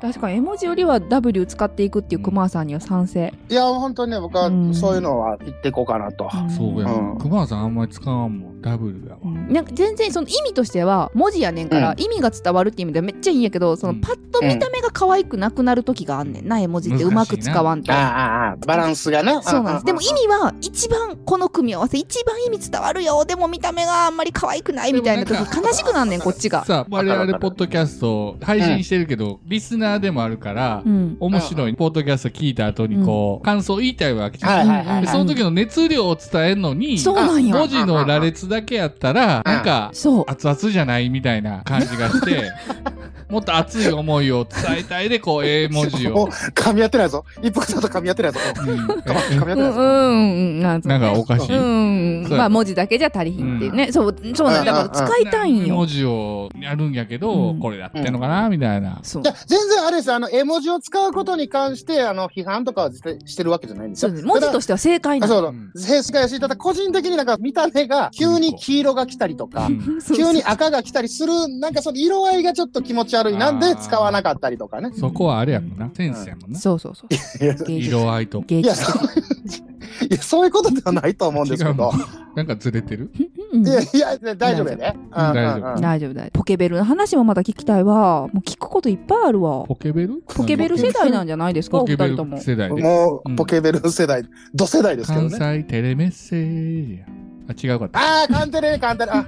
Speaker 2: 確かに絵文字よりは W 使っていくっていうクマさんには賛成、
Speaker 4: いや、本当にね、僕はそういうのは言っていこうかなと。
Speaker 2: ん
Speaker 1: そうや
Speaker 4: うん
Speaker 1: 熊田さんあんまり使わんもん W やわ
Speaker 2: うん
Speaker 5: なんか全然その意味としては文字やねんから、
Speaker 4: う
Speaker 5: 意味が伝わるって意味ではめっちゃいいんやけどその
Speaker 1: うん
Speaker 5: パッと見た目が可愛くなくなる時があんねんな絵文字ってうまく使わんと
Speaker 4: ああ。ああ、バランスがね。
Speaker 5: そうなんですでも意
Speaker 4: い
Speaker 5: 味は一番この組み合わせ一番意味伝わるよでも見た目があんまり可愛くないみたいな時
Speaker 1: でもなんか
Speaker 5: 悲しくなんねんこっちが。
Speaker 1: さあ我
Speaker 4: わかる
Speaker 1: 々
Speaker 4: わか
Speaker 1: ポッ
Speaker 4: る
Speaker 1: ドキャスト配信してるけど、リスナーでもあるから、
Speaker 5: うん
Speaker 1: 面白いポッドキャスト聞いた後にこう、感想言いたいわけじゃん、
Speaker 4: はいはいはい
Speaker 1: で
Speaker 4: はい。
Speaker 1: その時の熱量を伝えるのに
Speaker 5: そうなんや
Speaker 1: 文字の羅列だけやったら
Speaker 4: うん
Speaker 1: なんか
Speaker 5: そう
Speaker 1: 熱々じゃないみたいな感じがして
Speaker 2: [LAUGHS]
Speaker 1: もっと熱い思いを伝えたいでこう絵文字
Speaker 4: もう
Speaker 1: を、
Speaker 4: 噛み合ってないぞ。一服さんと噛み合ってないぞ。
Speaker 1: う
Speaker 4: 噛
Speaker 1: ん
Speaker 4: み合って
Speaker 2: う
Speaker 4: ない
Speaker 2: んう
Speaker 4: ぞ。
Speaker 2: んうんなん
Speaker 1: なんかおかしい。
Speaker 2: うん
Speaker 1: そうや
Speaker 2: まあ文字だけじゃ足りひんっていうね、そうそうなんだだから使いたいんよ
Speaker 1: 文字をやるんやけど、
Speaker 2: うん
Speaker 1: これやってんのかなみたいな。
Speaker 5: そう
Speaker 4: いや、全然あれですあの、絵文字を使うことに関して、あの、批判とかは絶対してるわけじゃないんです
Speaker 2: そ
Speaker 4: よ。
Speaker 2: うです文字と
Speaker 4: し
Speaker 2: し
Speaker 4: て。
Speaker 2: ては正解な
Speaker 4: あ
Speaker 2: の
Speaker 4: そうそう。静止画やし、ただ個人的になんか見た目が急に黄色が来たりとか
Speaker 1: う、ん
Speaker 2: そう
Speaker 4: 急に赤が来たりする、なんかその色合いがちょっと気持ち悪いなん
Speaker 1: あ
Speaker 4: で
Speaker 1: ー
Speaker 4: 使わなかったりとかね。
Speaker 1: そこはあれやもんな。センスやもんな。
Speaker 2: そうそうそう
Speaker 4: いや
Speaker 2: 芸術
Speaker 1: [LAUGHS] 色合いと。
Speaker 2: 芸
Speaker 4: いや、
Speaker 2: 術
Speaker 4: そういやそう [LAUGHS] いうことではないと思うんですけ
Speaker 1: 違う
Speaker 4: ど
Speaker 1: の。なんかずれてる
Speaker 2: うん
Speaker 4: いや、いや、ね大丈夫やね。うん
Speaker 1: 大丈夫
Speaker 4: うんうん
Speaker 2: 大丈夫だよポケベルの話もまた聞きたいわもう聞くこといっぱいあるわ
Speaker 1: ポケベル
Speaker 2: ポケベル世代なんじゃないですかお
Speaker 1: ポケ
Speaker 2: 二
Speaker 1: ベ
Speaker 2: 人
Speaker 1: ル
Speaker 2: とも
Speaker 1: 世代で。
Speaker 4: も
Speaker 1: うん
Speaker 4: う、ポケベル世代、ド世代ですけど
Speaker 1: 関
Speaker 4: ね。
Speaker 1: 西テレメッセージや。あ、違うかった。
Speaker 4: ああ、カンテレ、カンテレ、あ、ね。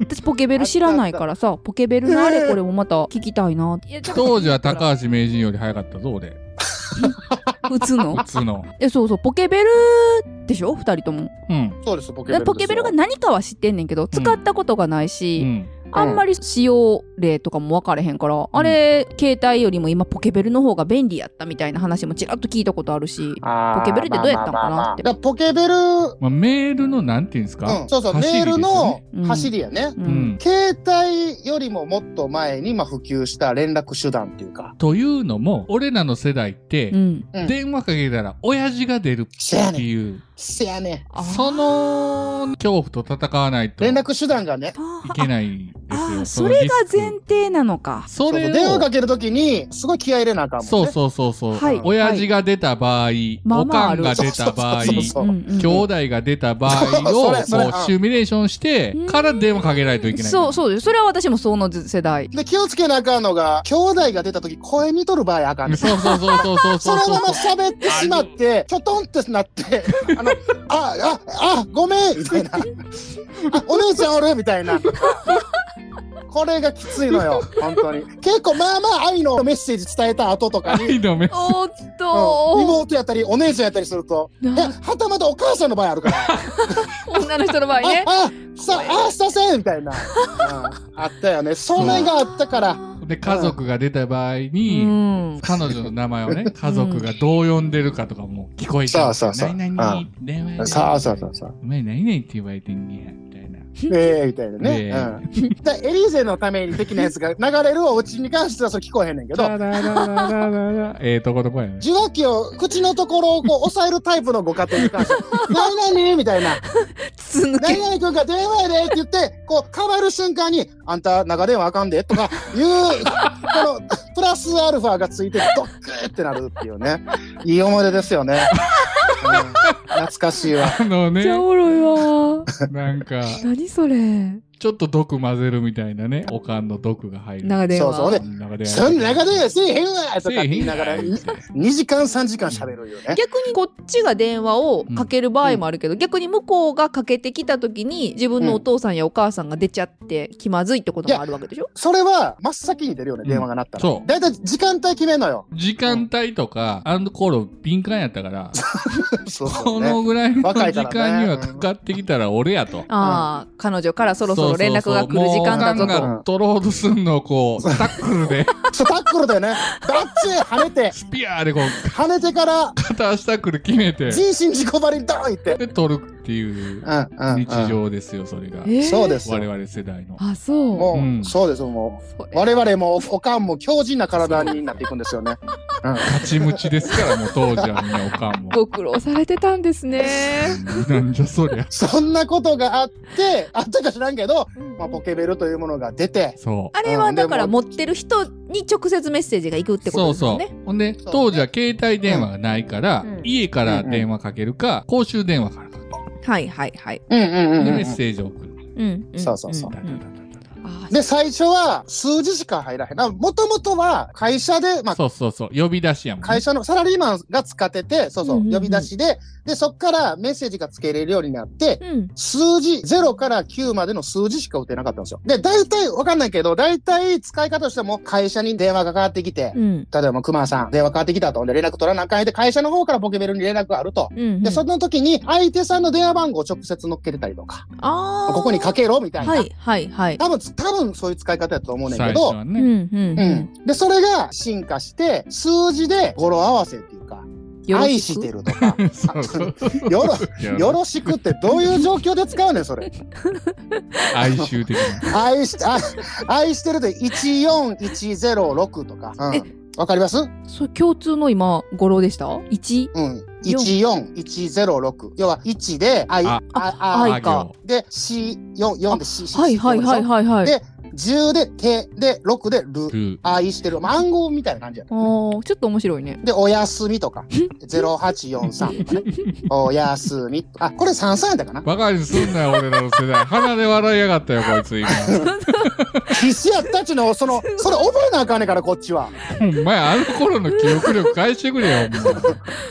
Speaker 2: 私ポケベル知らないからさポケベルのあれこれもまた聞きたいないやだから
Speaker 1: 当時は高橋名人より早かったぞ、俺。
Speaker 2: 打つの
Speaker 1: 普通の。
Speaker 2: [LAUGHS] えそうそうポケベルでしょ二人とも
Speaker 1: うん。
Speaker 4: そうです、ポケ
Speaker 2: だか
Speaker 4: ベル。
Speaker 2: らポケベルが、何かは知ってんねんけど使ったことがないうし、
Speaker 1: ん。
Speaker 2: あんまり使用例とかも分かれへんから、あれ携帯よりも今ポケベルの方が便利やったみたいな話もちらっと聞いたことあるし
Speaker 4: ポ
Speaker 2: ポケベルってどうやったんかなって
Speaker 4: だからポケベル、う
Speaker 1: まあ、メールのなんていうんですか
Speaker 4: ん、そうそう、
Speaker 1: 走り
Speaker 4: メールの
Speaker 1: で
Speaker 2: うん
Speaker 4: 走りやね。
Speaker 2: う
Speaker 1: すねうん。
Speaker 4: 携帯よりももっと前に、まあ、普及した連絡手段っていうか。
Speaker 1: というのも、俺らの世代って、
Speaker 2: うん
Speaker 4: うん
Speaker 1: 電話かけたら親父が出る
Speaker 4: せや
Speaker 1: って
Speaker 4: ねん。
Speaker 1: いう、
Speaker 4: せやねん。
Speaker 2: あー
Speaker 1: その恐怖と戦わないとい
Speaker 4: 連絡手段がね。
Speaker 1: けないんで
Speaker 2: あ
Speaker 1: す
Speaker 2: ー
Speaker 1: よ。
Speaker 2: それが前
Speaker 1: 提。
Speaker 2: 提なのか
Speaker 1: そ
Speaker 4: そう
Speaker 1: れ
Speaker 4: そ
Speaker 1: を
Speaker 4: う電話かけるときに、すごい気合い入れなあかんもんね。
Speaker 1: そうそうそうそう、
Speaker 2: はい
Speaker 1: 親父が出た場合、
Speaker 2: まあ
Speaker 1: お
Speaker 2: まあ
Speaker 1: か
Speaker 2: あ
Speaker 1: ん
Speaker 2: る
Speaker 1: が出た場合、
Speaker 4: そうそうそうそう
Speaker 2: うんうん
Speaker 1: 兄弟が出た場合
Speaker 4: [LAUGHS] そ
Speaker 1: を
Speaker 4: うそれそれ
Speaker 1: こう
Speaker 4: うん
Speaker 1: シミュレーションしてから電話かけないといけない。
Speaker 2: そうそうですそれは私もその世代
Speaker 4: で、気をつけなあかんのが、兄弟が出たとき声に取る場合あかんねん。
Speaker 1: [LAUGHS] そうそうそうそうそう
Speaker 4: そ
Speaker 1: そう
Speaker 4: のま
Speaker 1: [LAUGHS]
Speaker 4: ま
Speaker 1: そう。
Speaker 4: 喋ってしまって、きょとんってなって、あの、あ、あ、あ、ごめんみたいな。あ、お姉ちゃんおるみたいな。これがきついのよ、本当に。結構、まあまあ愛のメッセージ伝えた後とかに、うん
Speaker 1: 愛の目
Speaker 2: おーっと
Speaker 4: 妹やったり、お姉ちゃんやったりすると、え、
Speaker 2: な
Speaker 4: はたまたお母さんの場合あるから、
Speaker 2: 女の人の場合
Speaker 4: あ
Speaker 2: ね、
Speaker 4: あ、さ、あ、させんみたいな、うんあったよね。それがあったから、
Speaker 1: で家族が出た場合
Speaker 2: う
Speaker 1: に、
Speaker 2: ん
Speaker 1: 彼女の名前をね、家族がどう呼んでるかとかも聞こえちゃう。
Speaker 4: そうそうそう
Speaker 1: 何々、電話やで
Speaker 4: さあさあさあさあ、
Speaker 1: お前何々って言われてんねや、みたいな。
Speaker 4: ええみたい
Speaker 1: え
Speaker 4: なね。
Speaker 1: え
Speaker 4: うんだエリーゼのために的なやつが流れるお家に関してはそれ聞こえへんねんけど、
Speaker 1: ラララララララええとことこやね。
Speaker 4: 受話器を口のところをこう押さえるタイプのご家庭に関しては、何々みたいな、
Speaker 2: 筒抜
Speaker 4: 何
Speaker 2: け
Speaker 4: 々君が電話やでって言って、こう、かばる瞬間に、あんた長電話あかんでとかいう、この、プラスアルファがついてドックーってなるっていうね。いい思い出ですよね。うん懐かしいわ。
Speaker 1: あの
Speaker 2: め
Speaker 1: ね
Speaker 2: っち、ゃおもろいわー
Speaker 1: なんか、
Speaker 2: 何それ
Speaker 1: ちょっと毒混ぜるみたいなね、おかんの毒が入る。
Speaker 2: 長電話
Speaker 4: そうそうね
Speaker 1: 中で
Speaker 4: そんな長電話せえへんわとかって言いながら、
Speaker 1: せえへんわ
Speaker 4: 2時間3時間喋るよね。
Speaker 2: 逆にこっちが電話をかける場合もあるけど、逆に向こうがかけてきた時に自分のお父さんやお母さんが出ちゃって気まずいってこともあるわけでしょ
Speaker 4: それは真っ先に出るよね、
Speaker 1: うん
Speaker 4: 電話が鳴ったら。
Speaker 1: そう
Speaker 4: だいたい時間帯決めんのよ。
Speaker 1: 時間帯とか、あの頃敏感やったから、
Speaker 4: そうそ
Speaker 1: こ
Speaker 4: うね
Speaker 1: のぐらいの
Speaker 4: 若い
Speaker 1: 時
Speaker 4: からね
Speaker 1: 間にはかかってきたら俺やと。
Speaker 2: ああ、彼女からそろそろ連絡が来る時間だ
Speaker 1: そ
Speaker 2: ぞ
Speaker 1: うそうそうもうおかん
Speaker 2: と
Speaker 1: が取ろうとすんのをこう、タックルで、
Speaker 4: そうタックルだよね。バッチリ跳ねて、
Speaker 1: スピアーでこう、
Speaker 4: 跳ねてから
Speaker 1: 片足タックル決めて、
Speaker 4: 人身事故ばりにドーン行って。
Speaker 1: で取るっていう
Speaker 4: うんうんうん
Speaker 1: 日常ですよ、それが。
Speaker 2: えー
Speaker 4: そうですよ
Speaker 1: 我々世代の。
Speaker 2: あそう
Speaker 4: もう、
Speaker 1: うん
Speaker 4: そうですも
Speaker 2: そう
Speaker 4: 我々もおかんも強靭な体になっていくんですよ [LAUGHS] ね。うん
Speaker 1: 勝ちムチですから、もう当時はみんなおかんも。
Speaker 2: ご苦労されてたんですね
Speaker 1: なんじゃそりゃ。
Speaker 4: そんなことがあって、あったか知らんけど、 [LAUGHS] まあ、ポケベルというものが出て、
Speaker 1: そう。
Speaker 2: あれはだから持ってる人に直接メッセージがいくって
Speaker 1: そう
Speaker 2: ことですよ
Speaker 1: そ
Speaker 2: ね
Speaker 1: う。ほんで、当時は携帯電話がないから、
Speaker 2: うん
Speaker 1: 家から電話かけるか、公衆電話からかける。
Speaker 2: はいはいはい
Speaker 4: うんうんう
Speaker 1: で、
Speaker 4: んうん
Speaker 1: メッセージを送る。
Speaker 2: うんん
Speaker 4: そうそうそうん
Speaker 1: タタ
Speaker 2: ん
Speaker 1: タタタ
Speaker 2: あー
Speaker 4: で、最初は数字しか入らへん。もともとは会社で、まあ、
Speaker 1: そうそうそう。呼び出しやもんね。
Speaker 4: 会社のサラリーマンが使ってて、そうそう
Speaker 2: うんうんう、ん
Speaker 4: 呼び出しで、で、そっからメッセージがつけれるようになって、
Speaker 2: うん
Speaker 4: 数字、0から9までの数字しか打てなかったんですよ。で、大体、わかんないけど、大体使い方としてはもう会社に電話がかかってきて、
Speaker 2: うん
Speaker 4: 例えば、熊さん、電話かかってきたと。で、連絡取らなあかんやで、会社の方からポケベルに連絡があると。
Speaker 2: うん
Speaker 4: で、その時に、相手さんの電話番号を直接乗っけてたりとか、
Speaker 2: あー
Speaker 4: ここにかけろ、みたいな。
Speaker 2: はいはいはい
Speaker 4: 多分、多分そういう使い方だと思うねんだ
Speaker 1: 最
Speaker 4: け
Speaker 1: 初
Speaker 4: ど、
Speaker 1: は
Speaker 2: う
Speaker 1: ね。
Speaker 2: んうん
Speaker 4: う
Speaker 2: うん
Speaker 4: ん。で、それが進化して、数字で語呂合わせっていうか、
Speaker 2: よろ
Speaker 4: 愛
Speaker 2: し
Speaker 4: し
Speaker 2: く
Speaker 4: てるとか、
Speaker 1: そうそう。
Speaker 4: よろ、よろしくってどういう状況で使うねん、
Speaker 2: [LAUGHS]
Speaker 4: それ。
Speaker 1: 哀愁的
Speaker 4: 愛し、あ愛してるで14106とか。う
Speaker 2: え
Speaker 4: ん。わかります
Speaker 2: それ共通の今語呂でした一
Speaker 4: うん。14106。要は1で、愛、
Speaker 1: あ
Speaker 4: あ、
Speaker 1: な。
Speaker 4: あ、
Speaker 2: 愛か
Speaker 1: 行。
Speaker 4: で、C、4、4で C、C。
Speaker 2: はいはいはいはいはい
Speaker 4: で10で手、で、6でる。
Speaker 1: ルー
Speaker 4: 愛してる。まあ暗号みたいな感じやった
Speaker 2: あ。ーちょっと面白いね
Speaker 4: で、おやすみとか、0843とかね。おやすみ。あ、これ33やったかな
Speaker 1: バカにすんなよ、俺らの世代。鼻で笑いやがったよ、こいつ今。
Speaker 4: 必死やったっちゅうの
Speaker 2: [LAUGHS]
Speaker 4: を、その、それ覚えなあかんねんから、こっちは。
Speaker 1: ほんまや、あの頃の記憶力返してくれよ、もう。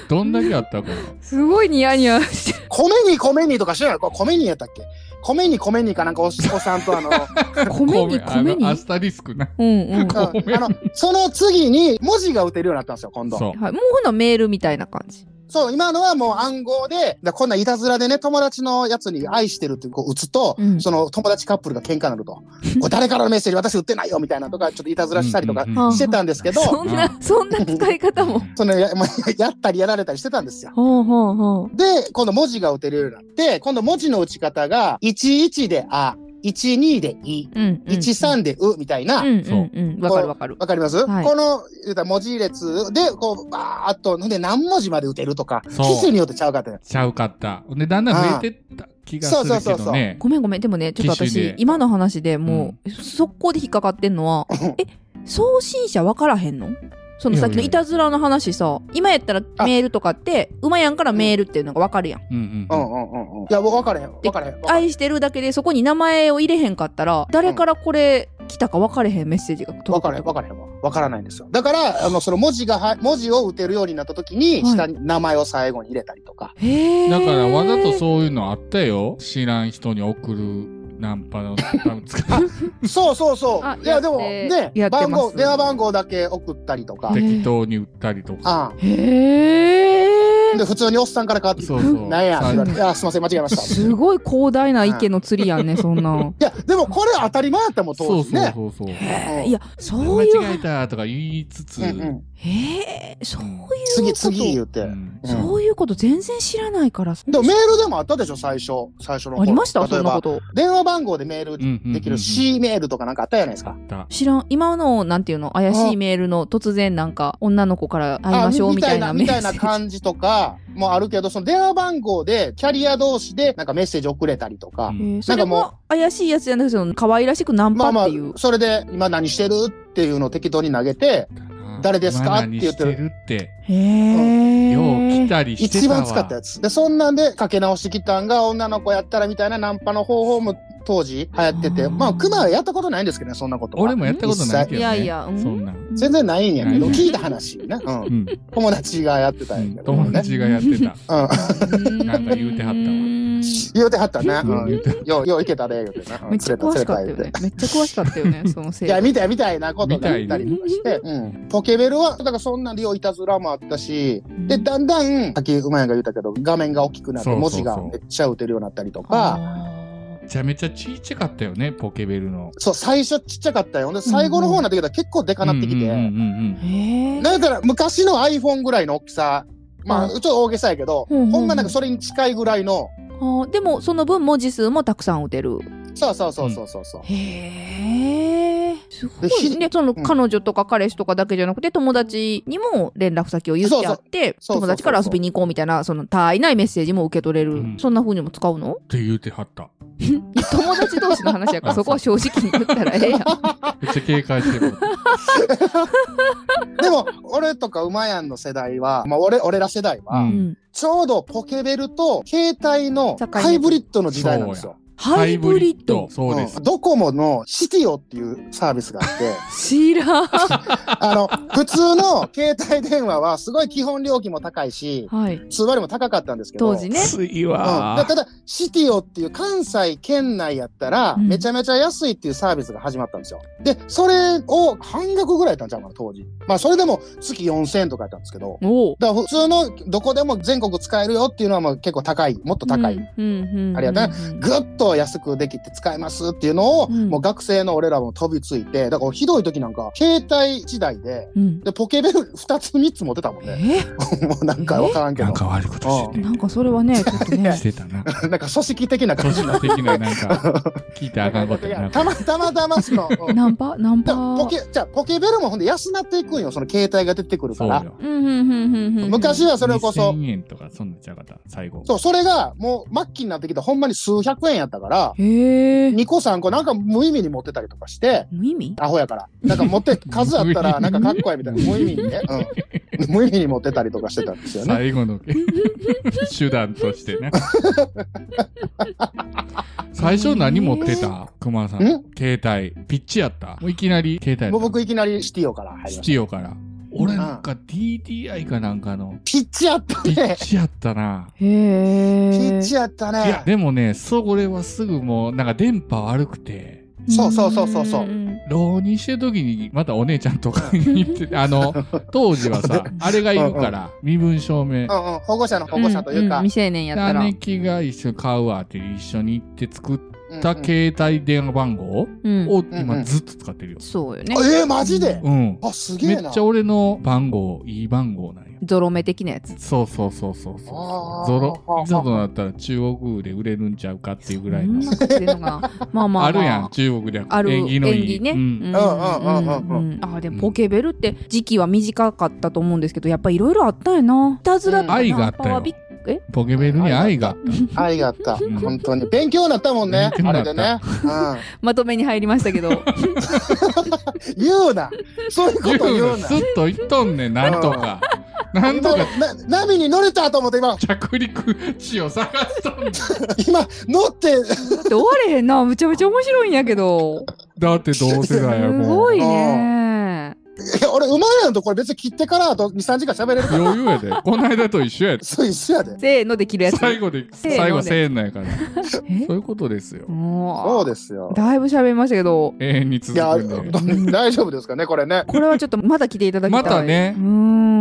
Speaker 1: どんだけあったこれ。
Speaker 2: すごいニヤニヤして
Speaker 4: 米に米にとか知らないこれ米にやったっけ米に米にかなんかおおさん
Speaker 1: [LAUGHS]
Speaker 4: とあの、う
Speaker 2: 米に
Speaker 1: あ
Speaker 2: 米
Speaker 1: の、
Speaker 2: に
Speaker 1: アスタリスクな。
Speaker 2: [LAUGHS] うんうん
Speaker 4: んあの、その次に文字が打てるようになったんですよ、今度。
Speaker 1: そう。
Speaker 2: はい、もうほなメールみたいな感じ。
Speaker 4: そう、今のはもう暗号で、だこんないたずらでね、友達のやつに愛してるってこう打つと、
Speaker 2: うん
Speaker 4: その友達カップルが喧嘩になると。これ誰からのメッセージ私打ってないよみたいなとか、ちょっといたずらしたりとか
Speaker 1: うんうん
Speaker 2: うん
Speaker 4: してたんですけど、
Speaker 2: そんな、そんな使い方も。
Speaker 4: そのやもう [LAUGHS] やったりやられたりしてたんですよ。
Speaker 2: ほうほうほう。
Speaker 4: で、今度文字が打てるようになって、今度文字の打ち方が、11であ、12でい、
Speaker 2: うん、うん。
Speaker 4: 13でうみたいな、
Speaker 2: うんうんうん。わかるわかる。
Speaker 4: わかります、
Speaker 2: はい
Speaker 4: この言うたら文字列で、こう、ばーっと、ほんで何文字まで打てるとか、
Speaker 1: そう
Speaker 4: 機種によってちゃうかって。
Speaker 1: ちゃうかった。ほんで、だんだん増えてった気がする
Speaker 4: そうそう
Speaker 1: け
Speaker 4: そう
Speaker 1: ど
Speaker 4: そう
Speaker 1: ね。
Speaker 2: ごめんごめん。でもね、ちょっと
Speaker 1: 機種
Speaker 2: 私
Speaker 1: で、
Speaker 2: 今の話でもう、速攻で引っかかってんの [LAUGHS] は、え、送信者わからへんのそのさっきの
Speaker 1: いやいや
Speaker 2: いたずらの話さ、今やったらメールとかって、馬やんからメールっていうのがわかるやん。
Speaker 1: うん
Speaker 4: う
Speaker 1: うん。
Speaker 4: うんんうんうん。いや、もう分からへん。
Speaker 2: で
Speaker 4: 分からへん。分からへん
Speaker 2: 愛してるだけでそこに名前を入れへんかったら、誰からこれ来たかわかれへんメッセージが届く。
Speaker 4: 分からへん。分からへんわ。分からないんですよ。だから、あの、その文字がは、文字を打てるようになった時
Speaker 2: は
Speaker 4: に、
Speaker 2: い
Speaker 4: 下に名前を最後に入れたりとか。
Speaker 2: へー
Speaker 1: だから、わざとそういうのあったよ。知らん人に送るナン
Speaker 4: [LAUGHS]
Speaker 1: パの、多分使っ
Speaker 4: そうそうそ
Speaker 2: あ
Speaker 4: う。いや、でも、
Speaker 2: やって
Speaker 4: ね
Speaker 2: や、ってます
Speaker 4: 番号、電話番号だけ送ったりとか。
Speaker 2: で
Speaker 1: 適当に売ったりとか。
Speaker 4: あ
Speaker 2: へ
Speaker 4: あ。
Speaker 2: え
Speaker 4: で、。普通におっさんから変わってきて、
Speaker 1: そうそう。
Speaker 4: なんや、って言われてい
Speaker 1: さ
Speaker 4: や、すいません、間違えました。
Speaker 2: すごい広大な池の釣りやんね、そん
Speaker 4: [LAUGHS]
Speaker 2: なん。
Speaker 4: いや、でもこれ当たり前やったもん、
Speaker 1: そ
Speaker 4: 当
Speaker 1: う
Speaker 4: 時
Speaker 1: そう
Speaker 4: ね。
Speaker 1: そうそう。
Speaker 2: へえ。いや、そういう
Speaker 1: 間違えたとか言いつつ、
Speaker 4: うんうん。
Speaker 2: へえ、そういうこと。
Speaker 4: 次、次言うて。
Speaker 1: うん
Speaker 4: うん
Speaker 2: そういうこと全然知らないから。
Speaker 4: でもメールでもあったでしょ、最初。最初の頃
Speaker 2: ありました
Speaker 4: 例
Speaker 2: そ
Speaker 4: え
Speaker 2: んな
Speaker 4: ば
Speaker 2: こ、と。
Speaker 4: 電話番号でメー
Speaker 1: うんうんうんうん
Speaker 4: ルできる C メールとかなんかあったじゃないですか。
Speaker 2: 知らん。今の、なんていうの、怪しいメールの突然なんか、女の子から会いましょうみたいな
Speaker 4: あ
Speaker 2: メ
Speaker 4: み
Speaker 2: ッセ
Speaker 4: たい
Speaker 2: ー
Speaker 4: な
Speaker 2: ジ。
Speaker 4: 感じとかもあるけど、その電話番号でキャリア同士でなんかメッセージ送れたりとか。
Speaker 1: うん
Speaker 2: へえそれ
Speaker 4: なんか
Speaker 2: も怪しいやつじゃなくて、その可愛らしくナン
Speaker 4: ま
Speaker 2: パ
Speaker 4: あま
Speaker 2: っ
Speaker 4: あ
Speaker 2: ていう、。
Speaker 4: それで今何してるっていうのを適当に投げて、誰ですか
Speaker 1: 今何
Speaker 4: って言ってる
Speaker 1: してる
Speaker 2: へ
Speaker 1: って。
Speaker 2: え。
Speaker 1: よう来たりして
Speaker 4: 一
Speaker 1: たわ。
Speaker 4: 番使ったやつ。で、そんなんでかけ直してきたんが女の子やったらみたいなナンパの方法も当時流行って
Speaker 2: あー
Speaker 4: て、まあ、熊はやったことないんですけどね、そんなことは。
Speaker 1: 俺もやったことないけど、ね。
Speaker 2: いやいやうん
Speaker 1: そんなん。
Speaker 4: 全然ないんやけど、
Speaker 1: うん
Speaker 4: 聞いた話ね。うん
Speaker 1: うん。
Speaker 4: 友達がやってた
Speaker 1: うん
Speaker 4: や
Speaker 1: ん
Speaker 4: けど
Speaker 1: 友
Speaker 4: ね。
Speaker 1: 達がやってた。
Speaker 4: うん。
Speaker 1: なんか言うてはったわ
Speaker 2: た
Speaker 4: 言うてはったね。
Speaker 1: うん言うて
Speaker 4: うん。よう、よういけたで、言うてな。
Speaker 2: めっちゃ詳しかった
Speaker 4: 連
Speaker 2: よ
Speaker 4: れた連れ
Speaker 2: ね
Speaker 4: た。
Speaker 2: めっちゃ詳しかったよ
Speaker 4: [LAUGHS]
Speaker 2: ね、そのせ
Speaker 4: い
Speaker 2: い
Speaker 4: や、みたいみたいなことが言ったりとかして、
Speaker 2: み
Speaker 4: うん。ポケベルは、だからそんな利用いたずらもあったし、で、だんだん、さっきうまいが言ったけど、画面が大きくなって、
Speaker 1: そうそう
Speaker 4: 文
Speaker 1: そう
Speaker 4: 字がめっちゃ打てるようになったりとか、
Speaker 1: めちゃめちゃちっちゃかったよね、ポケベルの。
Speaker 4: そう、最初ちっちゃかったよ。で、最後の方になってきたら結構でかなってき
Speaker 1: うんうん
Speaker 4: て、
Speaker 1: うん
Speaker 2: へえ。
Speaker 4: だから昔の iPhone ぐらいの大きさ、まあ、
Speaker 2: うん
Speaker 4: ちょっと大げさやけど、
Speaker 2: うんうん
Speaker 4: ほんまなんかそれに近いぐらいの、
Speaker 1: うん
Speaker 2: あーでもその分文字数もたくさん打てる
Speaker 4: そうそうそうそうそうそう。
Speaker 2: へえすご
Speaker 4: で
Speaker 2: い
Speaker 4: ひ
Speaker 2: ねその
Speaker 4: うん
Speaker 2: 彼女とか彼氏とかだけじゃなくて友達にも連絡先を言ってあって
Speaker 4: そうそうそうそう
Speaker 2: 友達から遊びに行こうみたいなその他愛ないメッセージも受け取れる、
Speaker 1: うん
Speaker 2: そんな風にも使うの
Speaker 1: て言うてはった。
Speaker 2: 友達同士の話やからそこは正直に言ったらええ
Speaker 4: [LAUGHS]
Speaker 2: やん
Speaker 1: めっちゃ警戒してる。
Speaker 4: でも、俺とか馬やんの世代は、まあ俺、俺ら世代は、
Speaker 1: う
Speaker 2: うんん
Speaker 4: ちょうどポケベルと携帯の
Speaker 2: 境目
Speaker 4: ハイブリッドの時代なんですよ。
Speaker 2: ハイブリッド
Speaker 1: そうです
Speaker 4: うん。ドコモのシティオっていうサービスが
Speaker 1: [LAUGHS]
Speaker 4: あって、
Speaker 2: 知らん
Speaker 4: あの、普通の携帯電話はすごい基本料金も高いし、
Speaker 2: はい
Speaker 4: 通話料も高かったんですけど、
Speaker 2: 当時ね
Speaker 1: 次
Speaker 4: うん、だただ、シティオっていう関西圏内やったら、
Speaker 2: うん
Speaker 4: めちゃめちゃ安いっていうサービスが始まったんですよ。で、それを半額ぐらいやったんちゃうかな、当時。まあ、それでも月4000円とかやったんですけど、
Speaker 2: おお
Speaker 4: だから普通のどこでも全国使えるよっていうのはまあ結構高い、もっと高い。
Speaker 2: うんうんうん
Speaker 4: ありがとう
Speaker 2: うん
Speaker 4: ぐっと安くできて使えますっていうのを、
Speaker 2: うん
Speaker 4: もう学生の俺らも飛びついて、だからひどい時なんか、携帯時代で、
Speaker 2: うん
Speaker 4: で、ポケベル2つ3つ持ってたもんね。
Speaker 2: え
Speaker 4: [LAUGHS] もうなんかわからんけ
Speaker 1: な
Speaker 4: ど
Speaker 1: ん。か悪いことして
Speaker 2: なんかそれはね
Speaker 4: [LAUGHS]
Speaker 2: ちょっと
Speaker 4: い
Speaker 2: ね
Speaker 4: や
Speaker 1: してたな。
Speaker 4: なんか組織的な感
Speaker 1: 組
Speaker 4: じにな
Speaker 1: 織
Speaker 4: って。
Speaker 1: 的ななんか、聞いてあかんことやな。
Speaker 4: たまたまたま [LAUGHS] その、うん
Speaker 2: ナンパナン
Speaker 4: だ
Speaker 2: パ
Speaker 4: からポケ、じゃあポケベルもほんで安なっていくんよ、その携帯が出てくる
Speaker 1: そ
Speaker 4: か
Speaker 1: う
Speaker 4: ら。
Speaker 1: よ。
Speaker 2: うんうんうんうんうん
Speaker 4: 昔はそれこそ、
Speaker 1: 2000円とか、そんなんちゃうかった、最後。
Speaker 4: そう、それがもう末期になってきて、ほんまに数百円やったから、
Speaker 2: へえ
Speaker 4: 2個3個なんか無意味に持ってたりとかして、
Speaker 2: 無意味
Speaker 4: アホやから。なんか持って、数あった
Speaker 1: [LAUGHS]
Speaker 4: らなんかかっこいいみたいな、無意味にね。うん。無意味に持ってたりとかしてたんですよね。
Speaker 1: 最後の
Speaker 4: [LAUGHS]
Speaker 1: 手段としてね。最初何持ってた熊さん。
Speaker 4: ん
Speaker 1: 携帯。ピッチやった。もういきなり携帯やった
Speaker 4: もう僕いきなりシティオから入り
Speaker 1: シ
Speaker 4: ま
Speaker 1: テ
Speaker 4: し
Speaker 1: ィオから。俺なんか DDI かなんかの
Speaker 4: た。ピッチやった
Speaker 1: ピッ
Speaker 4: ね。
Speaker 1: チやったな。
Speaker 2: へ
Speaker 4: ピ
Speaker 2: え
Speaker 4: ッチやった
Speaker 1: いや、
Speaker 4: ね。
Speaker 1: でもね、それはすぐもう、なんか電波悪くて、
Speaker 4: そうそうそうそうそう
Speaker 2: うん
Speaker 1: 浪人してる時に、またお姉ちゃんとかに行って、あ
Speaker 4: [LAUGHS]
Speaker 1: の、当時はさ、あれがいるから、身分証明
Speaker 4: う。んうん。保護者の保護者という
Speaker 2: うん
Speaker 4: か
Speaker 2: ん。未成年やったら
Speaker 1: 姉貴が一緒に買うわって一緒に行って作っ
Speaker 4: うんうん
Speaker 1: た携帯電話番号
Speaker 2: うん
Speaker 1: を
Speaker 4: うんう
Speaker 1: 今
Speaker 4: ん
Speaker 1: ずっと使ってるよ。
Speaker 2: そうよね
Speaker 4: あえー、マジで
Speaker 1: うん。
Speaker 4: あ、すげ
Speaker 1: め
Speaker 4: え
Speaker 1: っ
Speaker 4: な
Speaker 1: ち。ゃ俺の番号、いい番号なんや。
Speaker 2: ゾロ目的なやつ
Speaker 1: そうそうそうそうそう
Speaker 4: あ。ー
Speaker 1: ゾロ、いざとなったら中国で売れるんちゃうかっていうぐらい
Speaker 2: そん
Speaker 1: の。
Speaker 2: なこと言うのがまあまあまあ
Speaker 1: あるやん、中国では。
Speaker 2: ある
Speaker 1: 縁起のいい。
Speaker 2: ね、
Speaker 1: う
Speaker 2: うんん
Speaker 4: うんうんうんう
Speaker 2: う
Speaker 4: ん
Speaker 2: んあでもポケベルって時期は短かったと思うんですけどやっぱいろいろあったんやないたずらとか
Speaker 1: 愛があったよ
Speaker 2: ナンパはびっえ
Speaker 1: ポケベルに愛があった。
Speaker 4: 愛があった。
Speaker 1: うん
Speaker 4: 本当に。勉強になったもんね。
Speaker 1: 勉強
Speaker 4: あ
Speaker 1: にな
Speaker 4: れ
Speaker 1: った
Speaker 4: でね。
Speaker 2: まとめに入りましたけど
Speaker 4: うん。言うな。そういうこと言うな
Speaker 1: ス。ッと言っとんねん、なんと
Speaker 4: [LAUGHS]
Speaker 1: か。なんとか
Speaker 4: 今な波に乗れたと思って今、
Speaker 1: 着陸地を探しと
Speaker 4: [LAUGHS]
Speaker 1: んねん。
Speaker 4: 今、乗って、
Speaker 2: だ
Speaker 4: [LAUGHS]
Speaker 2: って終われへんなめちゃめちゃ面白いんやけど
Speaker 1: だって同世代や
Speaker 2: す
Speaker 1: も
Speaker 2: ご
Speaker 1: う。
Speaker 2: いね
Speaker 4: いや俺、馬やんとこれ別に切ってからあと2、3時間喋れるから。
Speaker 1: 余裕やで。こないだと一緒やで。
Speaker 4: [LAUGHS] そう、一緒やで。
Speaker 2: せーのできるやつ
Speaker 1: 最後で、
Speaker 2: せーので
Speaker 1: 最後せーのやから。
Speaker 2: え
Speaker 1: そういうことですよ。
Speaker 4: そ
Speaker 2: も
Speaker 4: うですよ
Speaker 2: う。だいぶ喋りましたけど
Speaker 1: 永遠に続
Speaker 4: いや、
Speaker 1: くんで。
Speaker 4: 大丈夫ですかね、これね。
Speaker 2: これはちょっとまた来ていただきたい
Speaker 1: またね
Speaker 2: うー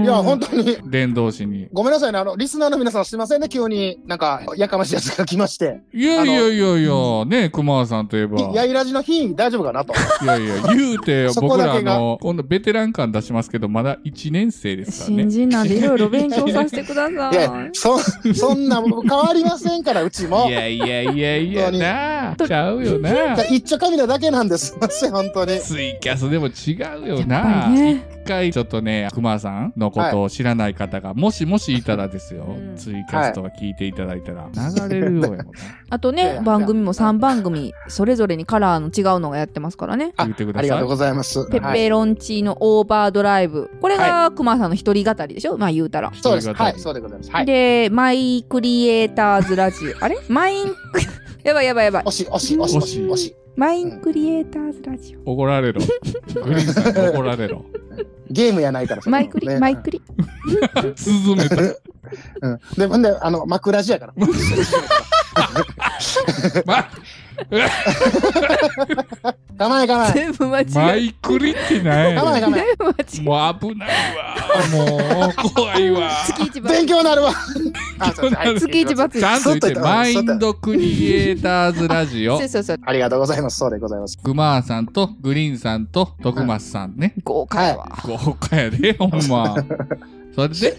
Speaker 2: ん
Speaker 4: いや、本当に。
Speaker 1: 伝道師に。
Speaker 4: ごめんなさいね、あの、リスナーの皆さんすいませんね、急になんか、やかましいやつが来まして。
Speaker 1: いやいやいやいや、ね熊川さんといえば。
Speaker 4: いやいらじの日、大丈夫かなと。、
Speaker 1: いやいや、言うて
Speaker 4: [LAUGHS] そこ
Speaker 1: 僕
Speaker 4: だ
Speaker 1: らあ
Speaker 4: けが
Speaker 1: の、今度ベテラン感出しますけど、まだ1年生ですから
Speaker 2: 新
Speaker 1: ね。
Speaker 2: 人なんでいろいろ勉強させてくださ
Speaker 4: いや
Speaker 2: い、
Speaker 4: そ、そんな、変わりませんから、うちも
Speaker 1: い。やいやいやいや
Speaker 4: 本当に
Speaker 1: なあ、ちゃうよ
Speaker 4: [LAUGHS]
Speaker 1: なあ。
Speaker 4: 一丁神なだけなんです。すいません、本当に。
Speaker 1: ツイキャスでも違うよ
Speaker 2: やっぱ
Speaker 1: な
Speaker 2: りね
Speaker 1: 一回ちょっとね熊さんのことを知らない方が、もしもしいたらですよ、
Speaker 2: うん
Speaker 1: ツイキャスとか聞いていただいたら、流れるようやもんな
Speaker 2: あと
Speaker 4: いやい
Speaker 2: ね
Speaker 4: や
Speaker 2: 番組も3番組それぞれにカラーの違うのがやってますからね
Speaker 4: [LAUGHS] あ
Speaker 1: 言ってくだ
Speaker 4: ありが
Speaker 1: さい
Speaker 4: と
Speaker 1: う
Speaker 4: ございます。
Speaker 2: ペ
Speaker 4: は
Speaker 2: ペ
Speaker 4: い、
Speaker 2: ロンチーノオーバードライブこれがクマさんの一人語りでしょまあ言うたら。
Speaker 4: そうです。
Speaker 1: 一人語
Speaker 4: は
Speaker 1: り
Speaker 4: い、そうでございます。はい。
Speaker 2: でマイクリエイターズラジ
Speaker 4: [LAUGHS]
Speaker 2: オあれマイン [LAUGHS] やばいやばいやばい
Speaker 4: 惜しい、惜しい、惜しい、惜しい、惜しい。
Speaker 2: マインクリエイターズラジオ
Speaker 1: 怒られろグリーンさんに怒られろ
Speaker 4: ゲームやないから。そんな
Speaker 2: マ
Speaker 4: の
Speaker 2: イクリ
Speaker 4: ね
Speaker 2: マイクリ
Speaker 1: 進めた
Speaker 4: うん。で、ほんで、あの、枕地やから。
Speaker 1: ま
Speaker 4: 構え構え。
Speaker 2: 全部間違
Speaker 1: マ
Speaker 2: え
Speaker 1: イクリってない
Speaker 4: 構え構え。
Speaker 2: 全部間違え
Speaker 1: もう危ないわもう怖いわ
Speaker 2: 月一番
Speaker 4: 勉強になるわ。あ、そうですはい
Speaker 2: 月一バツ
Speaker 1: ちゃんと言って
Speaker 4: そうだ
Speaker 1: マインドクリエイターズラジオ
Speaker 2: そうそうそう
Speaker 4: ありがとうございます。そうでございます。
Speaker 1: 熊さんとグリーンさんと徳松さんね、
Speaker 2: 豪華やわ
Speaker 1: 豪華やで、ほんま。それで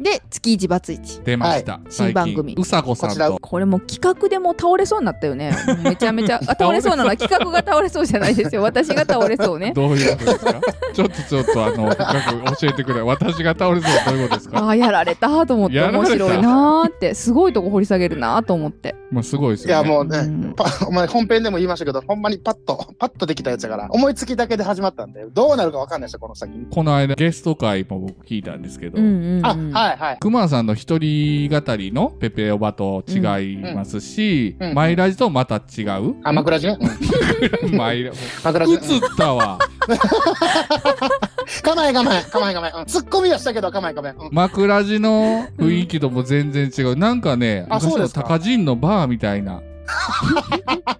Speaker 5: で月一バツ一
Speaker 1: 出ました、最
Speaker 5: 新番
Speaker 1: 近
Speaker 5: 組
Speaker 1: うさこさん
Speaker 4: こちら
Speaker 1: と
Speaker 2: これもう企画でもう倒れそうになったよね。もうめちゃ
Speaker 1: [LAUGHS]
Speaker 2: めちゃ、あ倒れそうなのは企画が倒れそうじゃないですよ。私が倒れそう
Speaker 1: [LAUGHS]
Speaker 2: ね。
Speaker 1: どういうことですかちょっとちょっとあの深く教えてくれ私が倒れそうどういうことですか
Speaker 2: ああ、やられたと思って、
Speaker 1: やられ
Speaker 2: 面
Speaker 1: た
Speaker 2: 白いなーって、すごいとこ掘り下げるなーと思って。
Speaker 1: まあすごいです
Speaker 4: いや
Speaker 1: よね
Speaker 4: もう
Speaker 2: う
Speaker 4: ね、
Speaker 2: ん
Speaker 4: パ [LAUGHS] お前本編でも言いましたけど、ほんまにパッと、パッとできたやつだから、思いつきだけで始まったんで、どうなるかわかんないですよ、この先。
Speaker 1: この間ゲスト会も僕聞いたんですけど、
Speaker 2: うんうんうん
Speaker 4: あ、はいはい。
Speaker 1: クマさんの一人語りのペペオバと違いますし、
Speaker 4: うんうん
Speaker 1: マイラジとまた違う
Speaker 4: あ、枕地ね。うん
Speaker 1: マイラも
Speaker 4: 枕
Speaker 1: う
Speaker 4: 地。
Speaker 1: 映
Speaker 4: う
Speaker 1: っ
Speaker 4: ん
Speaker 1: たわ
Speaker 4: 構え構え、構え構え。うん突っ込みはしたけど、構え構え。うん
Speaker 1: 枕地の雰囲気とも全然違う、なんかね
Speaker 4: あ
Speaker 1: 昔
Speaker 4: そうで
Speaker 1: の
Speaker 4: すか
Speaker 1: 高人のバーみたいな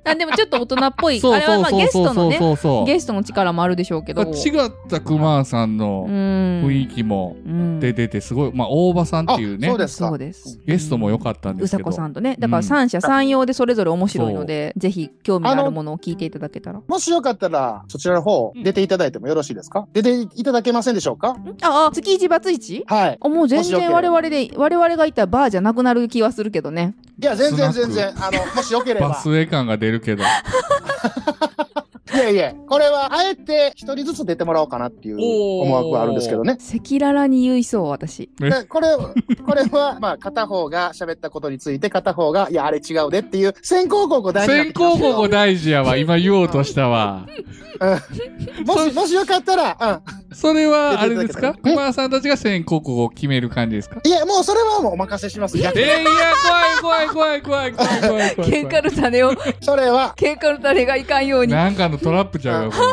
Speaker 2: あでもちょっと大人っぽい。
Speaker 1: そう
Speaker 2: あれは
Speaker 1: そう
Speaker 2: まあ
Speaker 1: そう
Speaker 2: ゲス
Speaker 1: そ
Speaker 2: ト
Speaker 1: う
Speaker 2: のね、
Speaker 1: そうそう
Speaker 2: ゲストの力もあるでしょうけど。
Speaker 1: まあ違ったクマさんの
Speaker 2: 雰
Speaker 1: 雰囲気も
Speaker 2: うん
Speaker 1: 出ててすごい、まあ大場さんっていう
Speaker 4: あ
Speaker 1: ね
Speaker 4: そうです
Speaker 2: そうです。
Speaker 1: ゲストも良かったんで
Speaker 2: う
Speaker 1: す
Speaker 2: さ
Speaker 1: けど
Speaker 2: こさんとね。だか
Speaker 1: うん
Speaker 2: ら三者三様でそれぞれ面白いので、ぜひ興味のあるものを聞いていただけたら。
Speaker 4: もしよかったら、そちらの方、出ていただいてもよろしいですか出ていただけませんでしょうか
Speaker 2: ああ、月一バツイチ
Speaker 4: はい。
Speaker 2: あもう全
Speaker 4: もしよけれ
Speaker 2: 然
Speaker 4: ば
Speaker 2: 我々で、我々がいたバーじゃなくなる気はするけどね。
Speaker 4: いや、全然
Speaker 1: スナック
Speaker 4: 全然、あの、もしよけれ
Speaker 1: バ
Speaker 4: ば。
Speaker 1: スエ感が出るけど
Speaker 4: いやいや、これは、あえて一人ずつ出てもらおうかなっていう
Speaker 1: おー
Speaker 4: 思惑はあるんですけどね。
Speaker 2: 赤裸々に言いそう、私。
Speaker 4: でこれ、これは、まあ、片方が喋ったことについて、片方が、いや、あれ違うでっていう、先行後攻大事になって
Speaker 1: 先
Speaker 4: きま
Speaker 1: 行
Speaker 4: すけど
Speaker 1: 後攻大事やわ今言おうとしたわ
Speaker 4: もし、もしよかったら、
Speaker 1: それはあれですか
Speaker 4: 出ていただけたら
Speaker 1: 熊さんたちが先行後攻を決める感じですか
Speaker 4: うん。いや、もうそれはもうお任せします。逆
Speaker 1: え
Speaker 4: に
Speaker 1: ー、いや怖い怖い怖い怖い怖い怖い怖い
Speaker 2: 喧嘩の
Speaker 1: [LAUGHS]
Speaker 2: 種を、
Speaker 4: それは、
Speaker 2: 喧嘩の種がいかんように。
Speaker 1: なんかのトラップちゃうかこ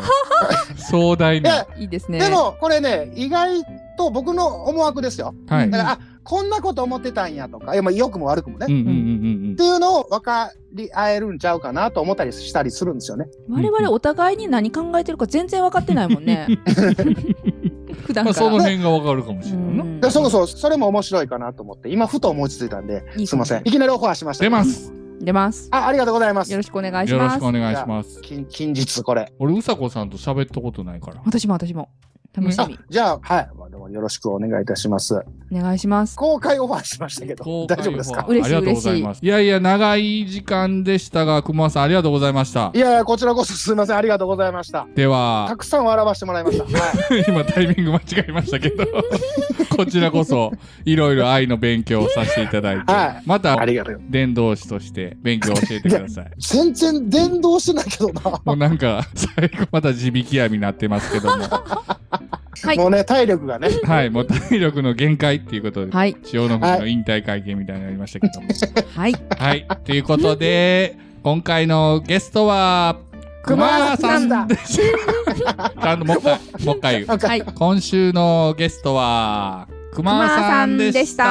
Speaker 1: れ壮大
Speaker 4: いや
Speaker 1: ない
Speaker 2: いですね。
Speaker 4: でも、これね、意外と僕の思惑ですよ。
Speaker 1: はい
Speaker 4: だから、あ、こんなこと思ってたんやとか、いや、まあ、良くも悪くもね。
Speaker 1: うん
Speaker 4: っ
Speaker 1: うんうん
Speaker 4: ていうのを分かり合えるんちゃうかなと思ったりしたりするんですよね。
Speaker 2: 我々お互いに何考えてるか全然分かってないも
Speaker 1: [LAUGHS]
Speaker 2: んね。普
Speaker 1: うん
Speaker 2: 段
Speaker 1: まあ
Speaker 2: か
Speaker 1: そ
Speaker 2: ら。
Speaker 1: の辺がわかるかもしれないな
Speaker 2: うん
Speaker 4: でそうそう、それも面白いかなと思って、今、ふと思いついたんで、
Speaker 2: いい
Speaker 4: すいません。いきなりオファーしました。
Speaker 1: 出ま。す
Speaker 2: 出ます。
Speaker 4: あ、ありがとうございます
Speaker 2: よ。ろしくお願いし
Speaker 1: よろ
Speaker 2: ま
Speaker 1: し
Speaker 2: す
Speaker 1: くお。願いします
Speaker 4: 近近日、こ [LAUGHS] れ。
Speaker 1: 俺うさこさんと喋ったことないから
Speaker 2: 私も私も。楽し
Speaker 4: あ
Speaker 2: み。、
Speaker 4: じゃあ、はい。まあ、でもよろしくお願いいたします。
Speaker 2: お願いします。
Speaker 4: 公開オファーしましたけど、大丈夫ですか
Speaker 1: 嬉
Speaker 2: 嬉
Speaker 1: しい
Speaker 2: しい
Speaker 1: ありがとうございます。いやいや、長い時間でしたが、熊さん、ありがとうございました
Speaker 4: い。やいや、こちらこそすいません。ありがとうございました。
Speaker 1: で
Speaker 4: た
Speaker 1: は、
Speaker 4: くさん笑わせてもらいま [LAUGHS] した。はい。
Speaker 1: [LAUGHS] 今タイミング間違えましたけど、 [LAUGHS] こちらこそ、いろいろ愛の勉強をさせていただいて、
Speaker 4: は
Speaker 1: また
Speaker 4: あ、りがとう。
Speaker 1: 伝道師として勉強を教えてください。
Speaker 4: 全然伝道してないけどな。
Speaker 1: [LAUGHS] もうなんか、最後また地引き網になってますけ [LAUGHS] ども、
Speaker 2: はい
Speaker 4: もうね、体力がね。
Speaker 1: はい、もう体力の限界っていうことで、
Speaker 2: はい。
Speaker 1: 千代の国の引退会見みたいになりましたけども。
Speaker 2: はい。
Speaker 1: はい、ということで、今回のゲストは、熊さんで [LAUGHS] した。ちゃんともう一回、もう一回言う。
Speaker 4: なんか
Speaker 2: はい。
Speaker 1: 今週のゲストは、熊さんでした。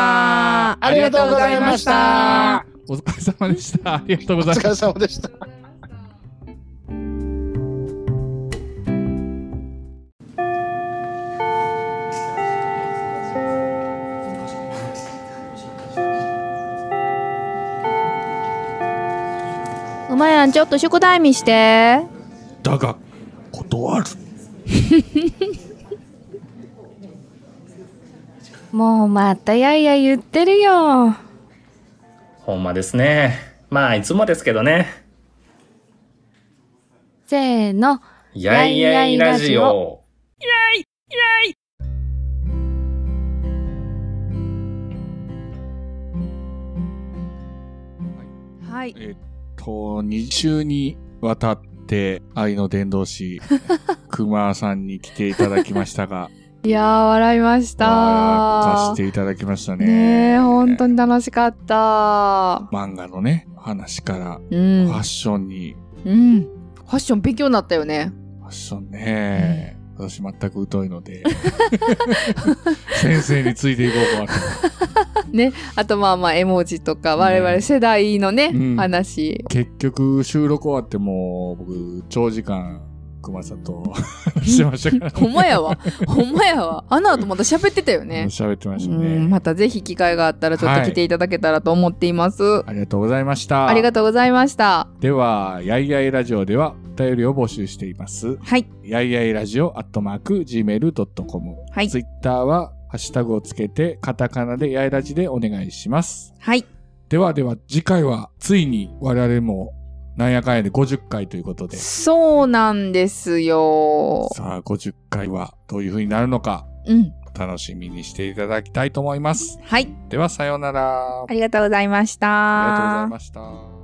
Speaker 4: ありがとうございました。
Speaker 1: お疲れ様でした。ありがとうご
Speaker 4: [LAUGHS] お
Speaker 1: ざいまし
Speaker 4: 疲
Speaker 1: た。
Speaker 4: れ様でした。
Speaker 5: うまやんちょっと宿題見して
Speaker 1: だが、断る。
Speaker 5: もうまたやいや言ってるよ
Speaker 6: ほんまですね。まあ、いつもですけどね。
Speaker 5: せーの
Speaker 6: やいやいラジ
Speaker 5: やいやいラジ
Speaker 6: オ。
Speaker 2: はい。
Speaker 1: えっと、2週にわたって、愛の伝道師、熊さんに来ていただきました
Speaker 5: [LAUGHS]
Speaker 1: が、
Speaker 5: いやー笑いました
Speaker 1: させていただきましたね。
Speaker 5: ねえ本当に楽しかった
Speaker 1: 漫画のね、話から、
Speaker 2: うん
Speaker 1: ファッ。ションに、
Speaker 2: うん。ファッション勉強になったよね。
Speaker 1: ファッションね、私全く疎いので、先生についていこうかなと。
Speaker 5: あとまあまあ絵文字とか我々世代のね、
Speaker 1: うん
Speaker 5: 話
Speaker 1: 結局、収録終わっても、僕、長時間、熊さんと話してましたから、
Speaker 2: ほんまやわ。ほんまやわ。あの後また喋ってたよね。
Speaker 1: 喋ってました
Speaker 2: うん、
Speaker 1: ね。
Speaker 2: またぜひ機会があったらちょっと来ていただけたらと思っています。
Speaker 1: ありがとうございました。
Speaker 5: ありがとうございました
Speaker 1: では、やいやいラジオではお便りを募集しています。
Speaker 2: はい。
Speaker 1: やいやいラジオアットマーク Gmail.com。
Speaker 2: はい
Speaker 1: ツイッターは、ハッシュタグをつけて、カタカナでやいらじでお願いします。
Speaker 2: はい。
Speaker 1: ではでは、次回はついに我々もなんやかんやで50回ということで、
Speaker 2: そうなんですよ。
Speaker 1: さあ50回はどういう風になるのか、
Speaker 2: うん。
Speaker 1: お楽しみにしていただきたいと思います。
Speaker 2: はい。
Speaker 1: では、さようなら。あ
Speaker 2: あ
Speaker 1: り
Speaker 2: りがとうございました。
Speaker 1: がとうございました。